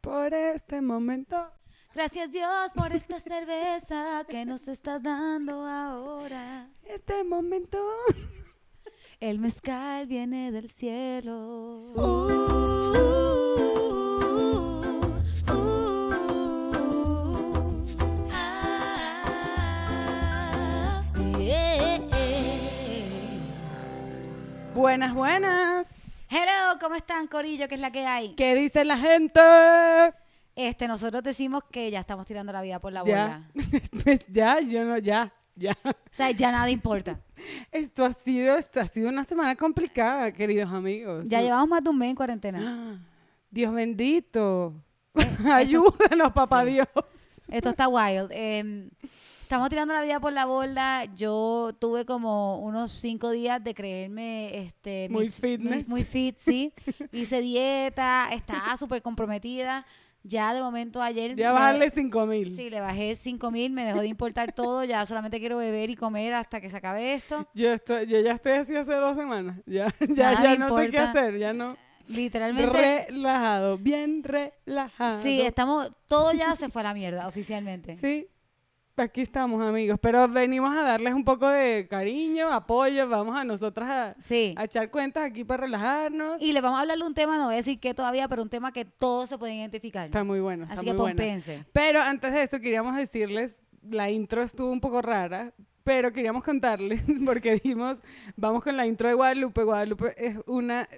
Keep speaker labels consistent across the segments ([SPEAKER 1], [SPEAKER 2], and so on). [SPEAKER 1] por este momento.
[SPEAKER 2] Gracias Dios por esta cerveza que nos estás dando ahora.
[SPEAKER 1] Este momento.
[SPEAKER 2] El mezcal viene del cielo. Ah, yeah.
[SPEAKER 1] Buenas, buenas.
[SPEAKER 2] Hello, ¿cómo están, Corillo? ¿Qué es la que hay?
[SPEAKER 1] ¿Qué dice la gente?
[SPEAKER 2] Este, nosotros decimos que ya estamos tirando la vida por la
[SPEAKER 1] Ya.
[SPEAKER 2] bola.
[SPEAKER 1] ya, yo no, ya, ya.
[SPEAKER 2] O sea, ya nada importa.
[SPEAKER 1] Esto ha sido, esto ha sido una semana complicada, queridos amigos.
[SPEAKER 2] Ya llevamos más de un mes en cuarentena.
[SPEAKER 1] Dios bendito. Ayúdanos, papá
[SPEAKER 2] Eh, sí.
[SPEAKER 1] Dios.
[SPEAKER 2] Esto está wild. Eh, estamos tirando la vida por la borda. Yo tuve como unos cinco días de creerme este,
[SPEAKER 1] Muy fitness.
[SPEAKER 2] muy fit, sí. Hice dieta, estaba súper comprometida. Ya de momento ayer...
[SPEAKER 1] Ya
[SPEAKER 2] me-
[SPEAKER 1] bajarle 5 mil.
[SPEAKER 2] Sí, le bajé 5 mil, me dejó de importar todo. Ya solamente quiero beber y comer hasta que se acabe esto.
[SPEAKER 1] Yo, estoy, yo ya estoy así hace dos semanas. Ya,
[SPEAKER 2] Nada
[SPEAKER 1] ya, ya
[SPEAKER 2] me
[SPEAKER 1] no sé qué
[SPEAKER 2] importa.
[SPEAKER 1] hacer. Ya no.
[SPEAKER 2] Literalmente...
[SPEAKER 1] Relajado, bien relajado.
[SPEAKER 2] Sí, estamos, todo ya se fue a la mierda oficialmente.
[SPEAKER 1] ah, Sí, aquí estamos, amigos. Pero venimos a darles un poco de cariño, apoyo. Vamos a nosotras a,
[SPEAKER 2] Sí.
[SPEAKER 1] a echar cuentas aquí para relajarnos.
[SPEAKER 2] Y le vamos a hablar de un tema, no voy a decir qué todavía, pero un tema que todos se pueden identificar.
[SPEAKER 1] Está muy bueno. Está
[SPEAKER 2] Así que
[SPEAKER 1] muy bueno.
[SPEAKER 2] pompense.
[SPEAKER 1] Pero antes de eso, queríamos decirles: la intro estuvo un poco rara. Pero queríamos contarles, porque dijimos, vamos con la intro de Guadalupe. Guadalupe es una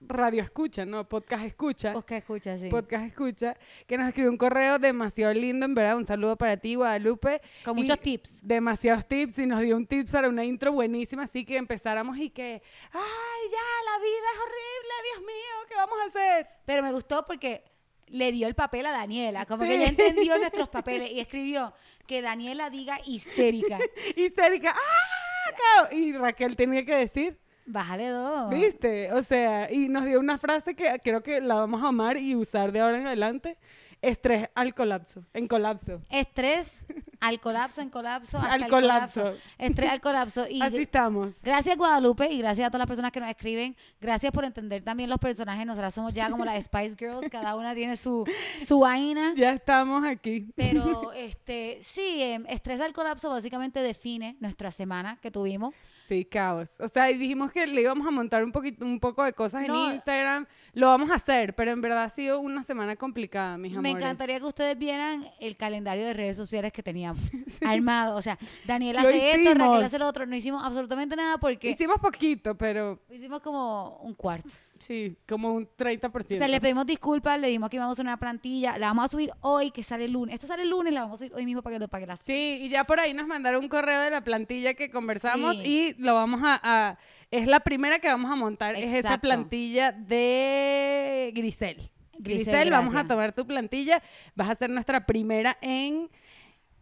[SPEAKER 1] radio escucha, ¿no? Podcast escucha.
[SPEAKER 2] Pues que escucha, sí.
[SPEAKER 1] podcast escucha, que nos escribió un correo demasiado lindo, en verdad, un saludo para ti, Guadalupe.
[SPEAKER 2] Con
[SPEAKER 1] Y
[SPEAKER 2] muchos tips.
[SPEAKER 1] Demasiados tips y nos dio un tips para una intro buenísima, así que empezáramos y que, ay, ya, la vida es horrible, Dios mío, ¿qué vamos a hacer?
[SPEAKER 2] Pero me gustó porque le dio el papel a Daniela. Como que
[SPEAKER 1] Sí.
[SPEAKER 2] ella entendió nuestros papeles y escribió que Daniela diga histérica.
[SPEAKER 1] Histérica, ¡ah! cao". Y Raquel tenía que decir,
[SPEAKER 2] Bájale dos.
[SPEAKER 1] ¿viste? O sea, y nos dio una frase que creo que la vamos a amar y usar de ahora en adelante, estrés al colapso, en colapso.
[SPEAKER 2] Estrés al colapso, en colapso, hasta
[SPEAKER 1] Al
[SPEAKER 2] el colapso.
[SPEAKER 1] colapso.
[SPEAKER 2] Estrés al colapso. Y
[SPEAKER 1] Así estamos.
[SPEAKER 2] Gracias Guadalupe y gracias a todas las personas que nos escriben. Gracias por entender también los personajes. Nosotras somos ya como las Spice Girls, cada una tiene su, su vaina.
[SPEAKER 1] Ya estamos aquí.
[SPEAKER 2] Pero este, sí, em, estrés al colapso básicamente define nuestra semana que tuvimos.
[SPEAKER 1] Sí, caos. O sea, y dijimos que le íbamos a montar un poquito, un poco de cosas
[SPEAKER 2] No.
[SPEAKER 1] en Instagram. Lo vamos a hacer, pero en verdad ha sido una semana complicada, mis
[SPEAKER 2] Me
[SPEAKER 1] amores.
[SPEAKER 2] encantaría que ustedes vieran el calendario de redes sociales que teníamos armado. O sea, Daniela
[SPEAKER 1] Lo
[SPEAKER 2] hace esto, Raquel
[SPEAKER 1] hicimos.
[SPEAKER 2] hace lo otro. No hicimos absolutamente nada porque
[SPEAKER 1] Hicimos poquito, pero
[SPEAKER 2] hicimos como un cuarto.
[SPEAKER 1] sí, como un 30%.
[SPEAKER 2] O sea, le pedimos disculpas, le dimos que íbamos a hacer una plantilla, la vamos a subir hoy, que sale el lunes. Esto sale el lunes, la vamos a subir hoy mismo para que lo pague la
[SPEAKER 1] Sí, y ya por ahí nos mandaron un correo de la plantilla que conversamos
[SPEAKER 2] Sí.
[SPEAKER 1] y lo vamos a, a- Es la primera que vamos a montar, es esa
[SPEAKER 2] Exacto.
[SPEAKER 1] plantilla de Grisel. Grisel,
[SPEAKER 2] Grisel,
[SPEAKER 1] vamos a
[SPEAKER 2] gracias.
[SPEAKER 1] tomar tu plantilla. Vas a ser nuestra primera en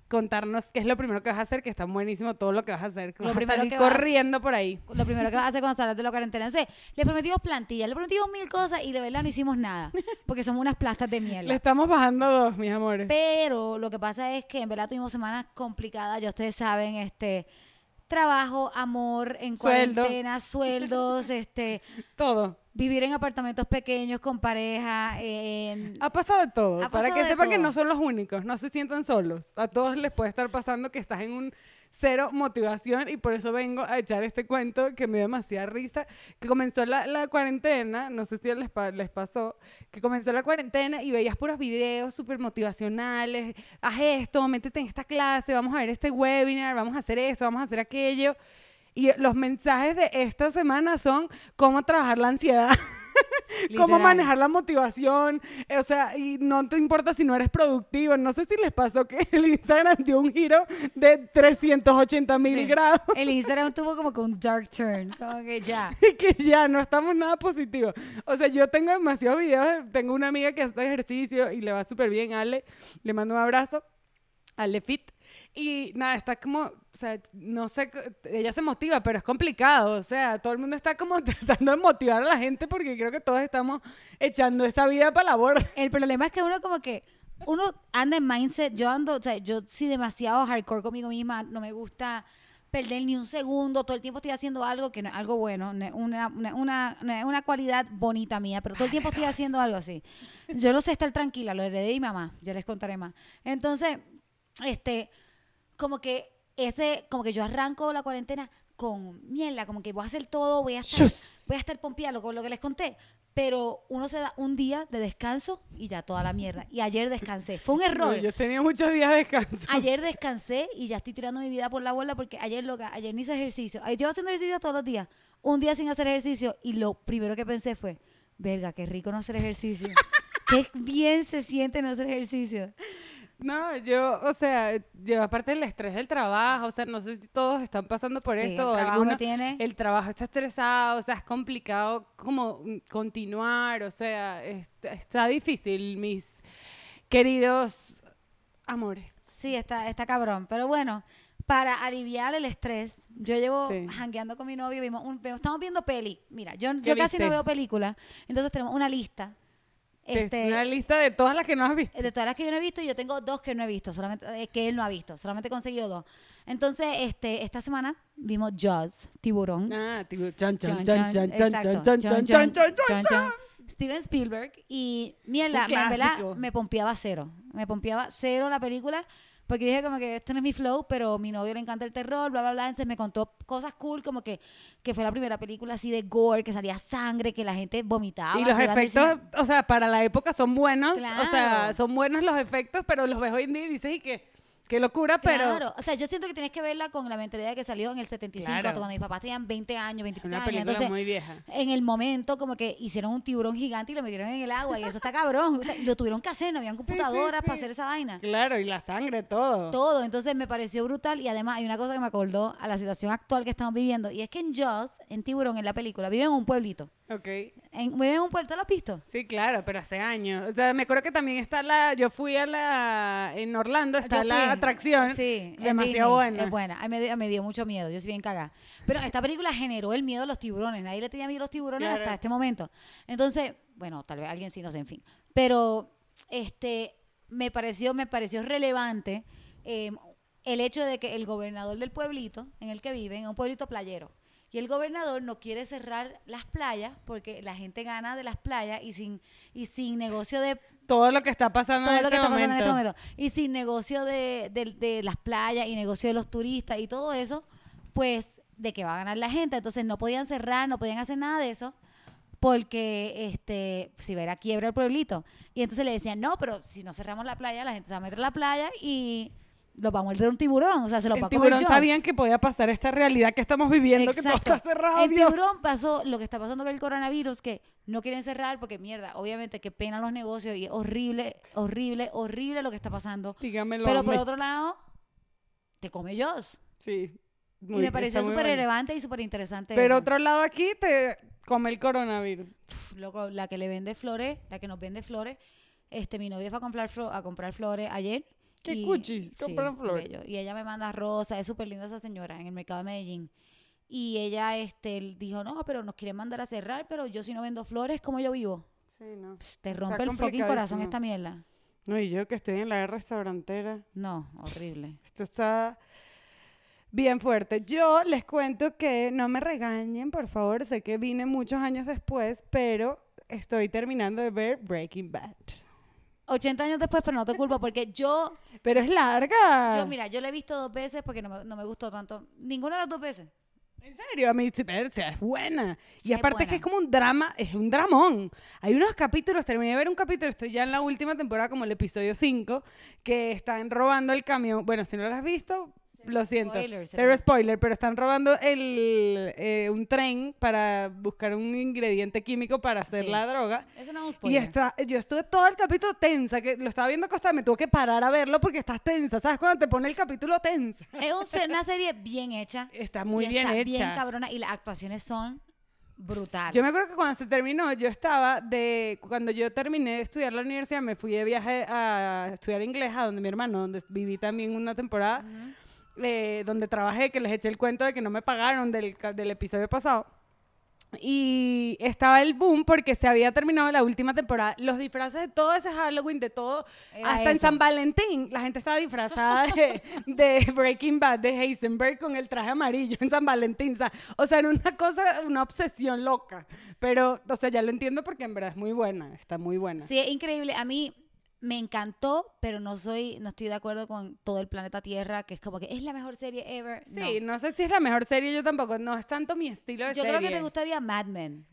[SPEAKER 1] contarnos qué es lo primero que vas a hacer, que está buenísimo todo lo que vas a hacer. que
[SPEAKER 2] Lo
[SPEAKER 1] vas a
[SPEAKER 2] primero
[SPEAKER 1] salir
[SPEAKER 2] que vas-
[SPEAKER 1] corriendo por ahí.
[SPEAKER 2] Lo primero que vas a hacer cuando salgas de la cuarentena. Entonces, le prometimos plantillas, le prometimos mil cosas y de verdad no hicimos nada, porque somos unas plastas de
[SPEAKER 1] Le
[SPEAKER 2] mierda.
[SPEAKER 1] estamos bajando dos, mis amores.
[SPEAKER 2] Pero lo que pasa es que en verdad tuvimos semanas complicadas, ya ustedes saben, este trabajo, amor, en
[SPEAKER 1] Sueldo.
[SPEAKER 2] cuarentena, sueldos, este
[SPEAKER 1] Todo.
[SPEAKER 2] vivir en apartamentos pequeños con pareja, eh,
[SPEAKER 1] Ha pasado de todo.
[SPEAKER 2] Ha
[SPEAKER 1] Para
[SPEAKER 2] pasado
[SPEAKER 1] que
[SPEAKER 2] de
[SPEAKER 1] sepan que
[SPEAKER 2] todo.
[SPEAKER 1] no son los únicos, no se sientan solos. A todos les puede estar pasando que estás en un cero motivación y por eso vengo a echar este cuento que me dio demasiada risa. Que comenzó la, la cuarentena, no sé si les, pa- les pasó, que comenzó la cuarentena y veías puros videos súper motivacionales. Haz esto, métete en esta clase, vamos a ver este webinar, vamos a hacer esto, vamos a hacer aquello. Y los mensajes de esta semana son cómo trabajar la ansiedad. ¿Cómo
[SPEAKER 2] Literal.
[SPEAKER 1] manejar la motivación? Eh, O sea, y no te importa si no eres productivo. No sé si les pasó que el Instagram dio un giro de 380 mil
[SPEAKER 2] Sí.
[SPEAKER 1] grados
[SPEAKER 2] el Instagram tuvo como que un dark turn, como que ya.
[SPEAKER 1] y que ya no estamos nada positivos. O sea, yo tengo demasiados videos. eh, Tengo una amiga que hace ejercicio y le va súper bien, Ale. Le mando un abrazo. Ale Fit. Y nada, está como, o sea, no sé, c- ella se motiva, pero es complicado, o sea, todo el mundo está como tratando de motivar a la gente porque creo que todos estamos echando esa vida para la borda.
[SPEAKER 2] El problema es que uno como que uno anda en mindset, yo ando, o sea, yo sí demasiado hardcore conmigo misma, no me gusta perder ni un segundo, todo el tiempo estoy haciendo algo que no, algo bueno, no es una, una, una, no es una cualidad bonita mía, pero todo el tiempo estoy haciendo algo así. Yo no sé estar tranquila, lo heredé de mi mamá, ya les contaré más. Entonces, este, como que ese, como que yo arranco la cuarentena con mierda, como que voy a hacer todo, voy a estar,
[SPEAKER 1] Shus.
[SPEAKER 2] voy a estar pompeada, lo, lo que les conté. Pero uno se da un día de descanso y ya toda la mierda. Y ayer descansé. Fue un error.
[SPEAKER 1] Yo tenía muchos días de descanso.
[SPEAKER 2] Ayer descansé y ya estoy tirando mi vida por la bola porque ayer loca, ayer no hice ejercicio. Ay, Llevo haciendo ejercicio todos los días. Un día sin hacer ejercicio y lo primero que pensé fue, verga, qué rico no hacer ejercicio. qué bien se siente no hacer ejercicio.
[SPEAKER 1] No, yo, o sea, yo aparte del estrés del trabajo, o sea, no sé si todos están pasando por
[SPEAKER 2] Sí, el
[SPEAKER 1] esto o
[SPEAKER 2] trabajo me
[SPEAKER 1] alguno-
[SPEAKER 2] tiene-
[SPEAKER 1] El trabajo está estresado, o sea, es complicado como mm, continuar, o sea, est- está difícil, mis queridos amores.
[SPEAKER 2] Sí, está, está cabrón. Pero bueno, para aliviar el estrés, yo llevo
[SPEAKER 1] Sí.
[SPEAKER 2] jangueando con mi novio, vimos un- vemos- estamos viendo peli. Mira, yo, yo
[SPEAKER 1] ¿Qué
[SPEAKER 2] casi no
[SPEAKER 1] viste?
[SPEAKER 2] veo películas, entonces tenemos una lista.
[SPEAKER 1] Te-
[SPEAKER 2] Este, Eh,
[SPEAKER 1] Una lista de todas las que no has visto.
[SPEAKER 2] de todas las que yo no he visto, yo tengo dos que no he visto, solamente eh, que él no ha visto, solamente he conseguido dos. Entonces, este, esta semana vimos Jaws, Tiburón.
[SPEAKER 1] Ah, tipo, chan,
[SPEAKER 2] Chan,
[SPEAKER 1] chan, chan,
[SPEAKER 2] chan,
[SPEAKER 1] chan, chan,
[SPEAKER 2] exacto,
[SPEAKER 1] chan, chan,
[SPEAKER 2] chan,
[SPEAKER 1] chan,
[SPEAKER 2] chan,
[SPEAKER 1] chan, chan, chan,
[SPEAKER 2] chan, chan. Steven Spielberg y mierda,
[SPEAKER 1] Un
[SPEAKER 2] me, en verdad,
[SPEAKER 1] clásico.
[SPEAKER 2] me pompeaba cero, me pompeaba cero la película porque dije como que este no es mi flow, pero a mi novio le encanta el terror, bla bla bla, entonces me contó cosas cool como que que fue la primera película así de gore, que salía sangre, que la gente vomitaba,
[SPEAKER 1] Y los
[SPEAKER 2] se iba del
[SPEAKER 1] efectos,
[SPEAKER 2] cine.
[SPEAKER 1] o sea, para la época son buenos, o
[SPEAKER 2] Claro.
[SPEAKER 1] sea, son buenos los efectos, pero los ves hoy en día y dices, y que, qué locura, pero...
[SPEAKER 2] Claro, o sea, yo siento que tienes que verla con la mentalidad que salió en el 75,
[SPEAKER 1] Claro.
[SPEAKER 2] cuando mis papás tenían 20 años, 20 y pico
[SPEAKER 1] Una
[SPEAKER 2] años.
[SPEAKER 1] película
[SPEAKER 2] Entonces,
[SPEAKER 1] muy vieja.
[SPEAKER 2] en el momento, como que hicieron un tiburón gigante y lo metieron en el agua, y eso está cabrón. O sea, lo tuvieron que hacer, no habían computadoras para
[SPEAKER 1] sí.
[SPEAKER 2] hacer esa vaina.
[SPEAKER 1] Claro, y la sangre, todo.
[SPEAKER 2] Todo, entonces me pareció brutal y además hay una cosa que me acordó a la situación actual que estamos viviendo y es que en Jaws, en Tiburón, en la película, viven en un pueblito.
[SPEAKER 1] Ok.
[SPEAKER 2] En, viven en un pueblito, ¿lo has visto?
[SPEAKER 1] Sí, claro, pero hace años. O sea, me acuerdo que también está la. Yo fui a la. En Orlando está
[SPEAKER 2] Yo
[SPEAKER 1] la
[SPEAKER 2] fui.
[SPEAKER 1] atracción.
[SPEAKER 2] Sí, en
[SPEAKER 1] Demasiado
[SPEAKER 2] Disney.
[SPEAKER 1] buena.
[SPEAKER 2] Es buena. A mí me, dio- me dio mucho miedo. Yo soy bien cagada. Pero esta película generó el miedo a los tiburones. Nadie le tenía miedo a los tiburones
[SPEAKER 1] Claro.
[SPEAKER 2] hasta este momento. Entonces, bueno, tal vez alguien sí, no sé, en fin. Pero este me pareció, me pareció relevante eh, el hecho de que el gobernador del pueblito en el que viven, es un pueblito playero. Y el gobernador no quiere cerrar las playas porque la gente gana de las playas y sin, y sin negocio de
[SPEAKER 1] Todo lo que está pasando,
[SPEAKER 2] todo
[SPEAKER 1] en,
[SPEAKER 2] lo que
[SPEAKER 1] este
[SPEAKER 2] está pasando en este
[SPEAKER 1] momento.
[SPEAKER 2] momento. Y sin negocio de, de- de las playas y negocio de los turistas y todo eso, pues de que va a ganar la gente. Entonces no podían cerrar, no podían hacer nada de eso. Porque este, si verá quiebra el pueblito. Y entonces le decían, no, pero si no cerramos la playa, la gente se va a meter a la playa y los va a morder un tiburón. O sea, se los va
[SPEAKER 1] El
[SPEAKER 2] a comer
[SPEAKER 1] tiburón
[SPEAKER 2] Jaws.
[SPEAKER 1] sabían que podía pasar esta realidad que estamos viviendo, que todo
[SPEAKER 2] Exacto.
[SPEAKER 1] está cerrado.
[SPEAKER 2] El
[SPEAKER 1] Dios.
[SPEAKER 2] tiburón pasó lo que está pasando con el coronavirus, que no quieren cerrar porque mierda, obviamente que pena los negocios y es horrible, horrible, horrible lo que está pasando.
[SPEAKER 1] Dígamelo.
[SPEAKER 2] Pero
[SPEAKER 1] a
[SPEAKER 2] por
[SPEAKER 1] mí.
[SPEAKER 2] otro lado, te come Jaws.
[SPEAKER 1] Sí.
[SPEAKER 2] Y
[SPEAKER 1] muy-
[SPEAKER 2] me
[SPEAKER 1] está
[SPEAKER 2] pareció
[SPEAKER 1] muy
[SPEAKER 2] súper
[SPEAKER 1] bueno.
[SPEAKER 2] relevante y súper interesante.
[SPEAKER 1] Pero
[SPEAKER 2] eso.
[SPEAKER 1] otro lado aquí te come el coronavirus.
[SPEAKER 2] Pf, loco, la que le vende flores, la que nos vende flores. Este, mi novia fue a comprar, flo- a comprar flores ayer.
[SPEAKER 1] Qué
[SPEAKER 2] y-
[SPEAKER 1] cuchis,
[SPEAKER 2] sí,
[SPEAKER 1] compran flores.
[SPEAKER 2] bello. Y ella me manda rosas, es súper linda esa señora en el mercado de Medellín. Y ella este, dijo, no, pero nos quieren mandar a cerrar, pero yo si no vendo flores, ¿cómo yo vivo?
[SPEAKER 1] Sí, no.
[SPEAKER 2] Pf, Te rompe el fucking
[SPEAKER 1] complicadísimo.
[SPEAKER 2] corazón esta mierda.
[SPEAKER 1] No, y yo que estoy en la guerra restaurantera.
[SPEAKER 2] No, horrible.
[SPEAKER 1] Esto está bien fuerte. Yo les cuento que no me regañen, por favor. Sé que vine muchos años después, pero estoy terminando de ver Breaking Bad.
[SPEAKER 2] 80 años después, pero no te culpo, porque yo
[SPEAKER 1] Pero es larga.
[SPEAKER 2] Yo, mira, yo la he visto dos veces porque no me, no me gustó tanto. Ninguna de las dos veces.
[SPEAKER 1] En serio, a mí sí, pero, o sea, es buena.
[SPEAKER 2] Sí,
[SPEAKER 1] Y
[SPEAKER 2] es
[SPEAKER 1] aparte es que
[SPEAKER 2] buena.
[SPEAKER 1] es como un drama, es un dramón. Hay unos capítulos, terminé de ver un capítulo, estoy ya en la última temporada, como el episodio 5, que están robando el camión. Bueno, si no lo has visto, lo siento.
[SPEAKER 2] spoiler, será.
[SPEAKER 1] Cero spoiler, pero están robando el, eh, un tren para buscar un ingrediente químico para hacer
[SPEAKER 2] Sí.
[SPEAKER 1] la droga.
[SPEAKER 2] Eso no es un
[SPEAKER 1] Y
[SPEAKER 2] spoiler.
[SPEAKER 1] está, yo estuve todo el capítulo tensa, que lo estaba viendo Costa, me tuve que parar a verlo porque estás tensa. ¿Sabes cuando te pone el capítulo tensa?
[SPEAKER 2] Es un se- una serie bien hecha.
[SPEAKER 1] Está muy
[SPEAKER 2] y
[SPEAKER 1] bien
[SPEAKER 2] está
[SPEAKER 1] hecha.
[SPEAKER 2] bien cabrona y las actuaciones son brutales.
[SPEAKER 1] Yo me acuerdo que cuando se terminó, yo estaba de. Cuando yo terminé de estudiar la universidad, me fui de viaje a estudiar inglés a donde mi hermano, donde viví también una temporada, eh, donde trabajé, que les eché el cuento de que no me pagaron del, ca- del episodio pasado. y estaba el boom porque se había terminado la última temporada. Los disfraces de todo ese Halloween, de todo,
[SPEAKER 2] Era
[SPEAKER 1] hasta en
[SPEAKER 2] eso.
[SPEAKER 1] San Valentín, la gente estaba disfrazada de, de Breaking Bad, de Heisenberg con el traje amarillo en San Valentín. sa- O sea, era una cosa, una obsesión loca. Pero, o sea, ya lo entiendo porque en verdad es muy buena, está muy buena.
[SPEAKER 2] Sí, es increíble. A mí me encantó, pero no soy, no estoy de acuerdo con todo el planeta Tierra, que es como que es la mejor serie ever. No.
[SPEAKER 1] Sí, no. sé si es la mejor serie, yo tampoco, no es tanto mi estilo de
[SPEAKER 2] Yo
[SPEAKER 1] serie.
[SPEAKER 2] creo que te gustaría Mad Men.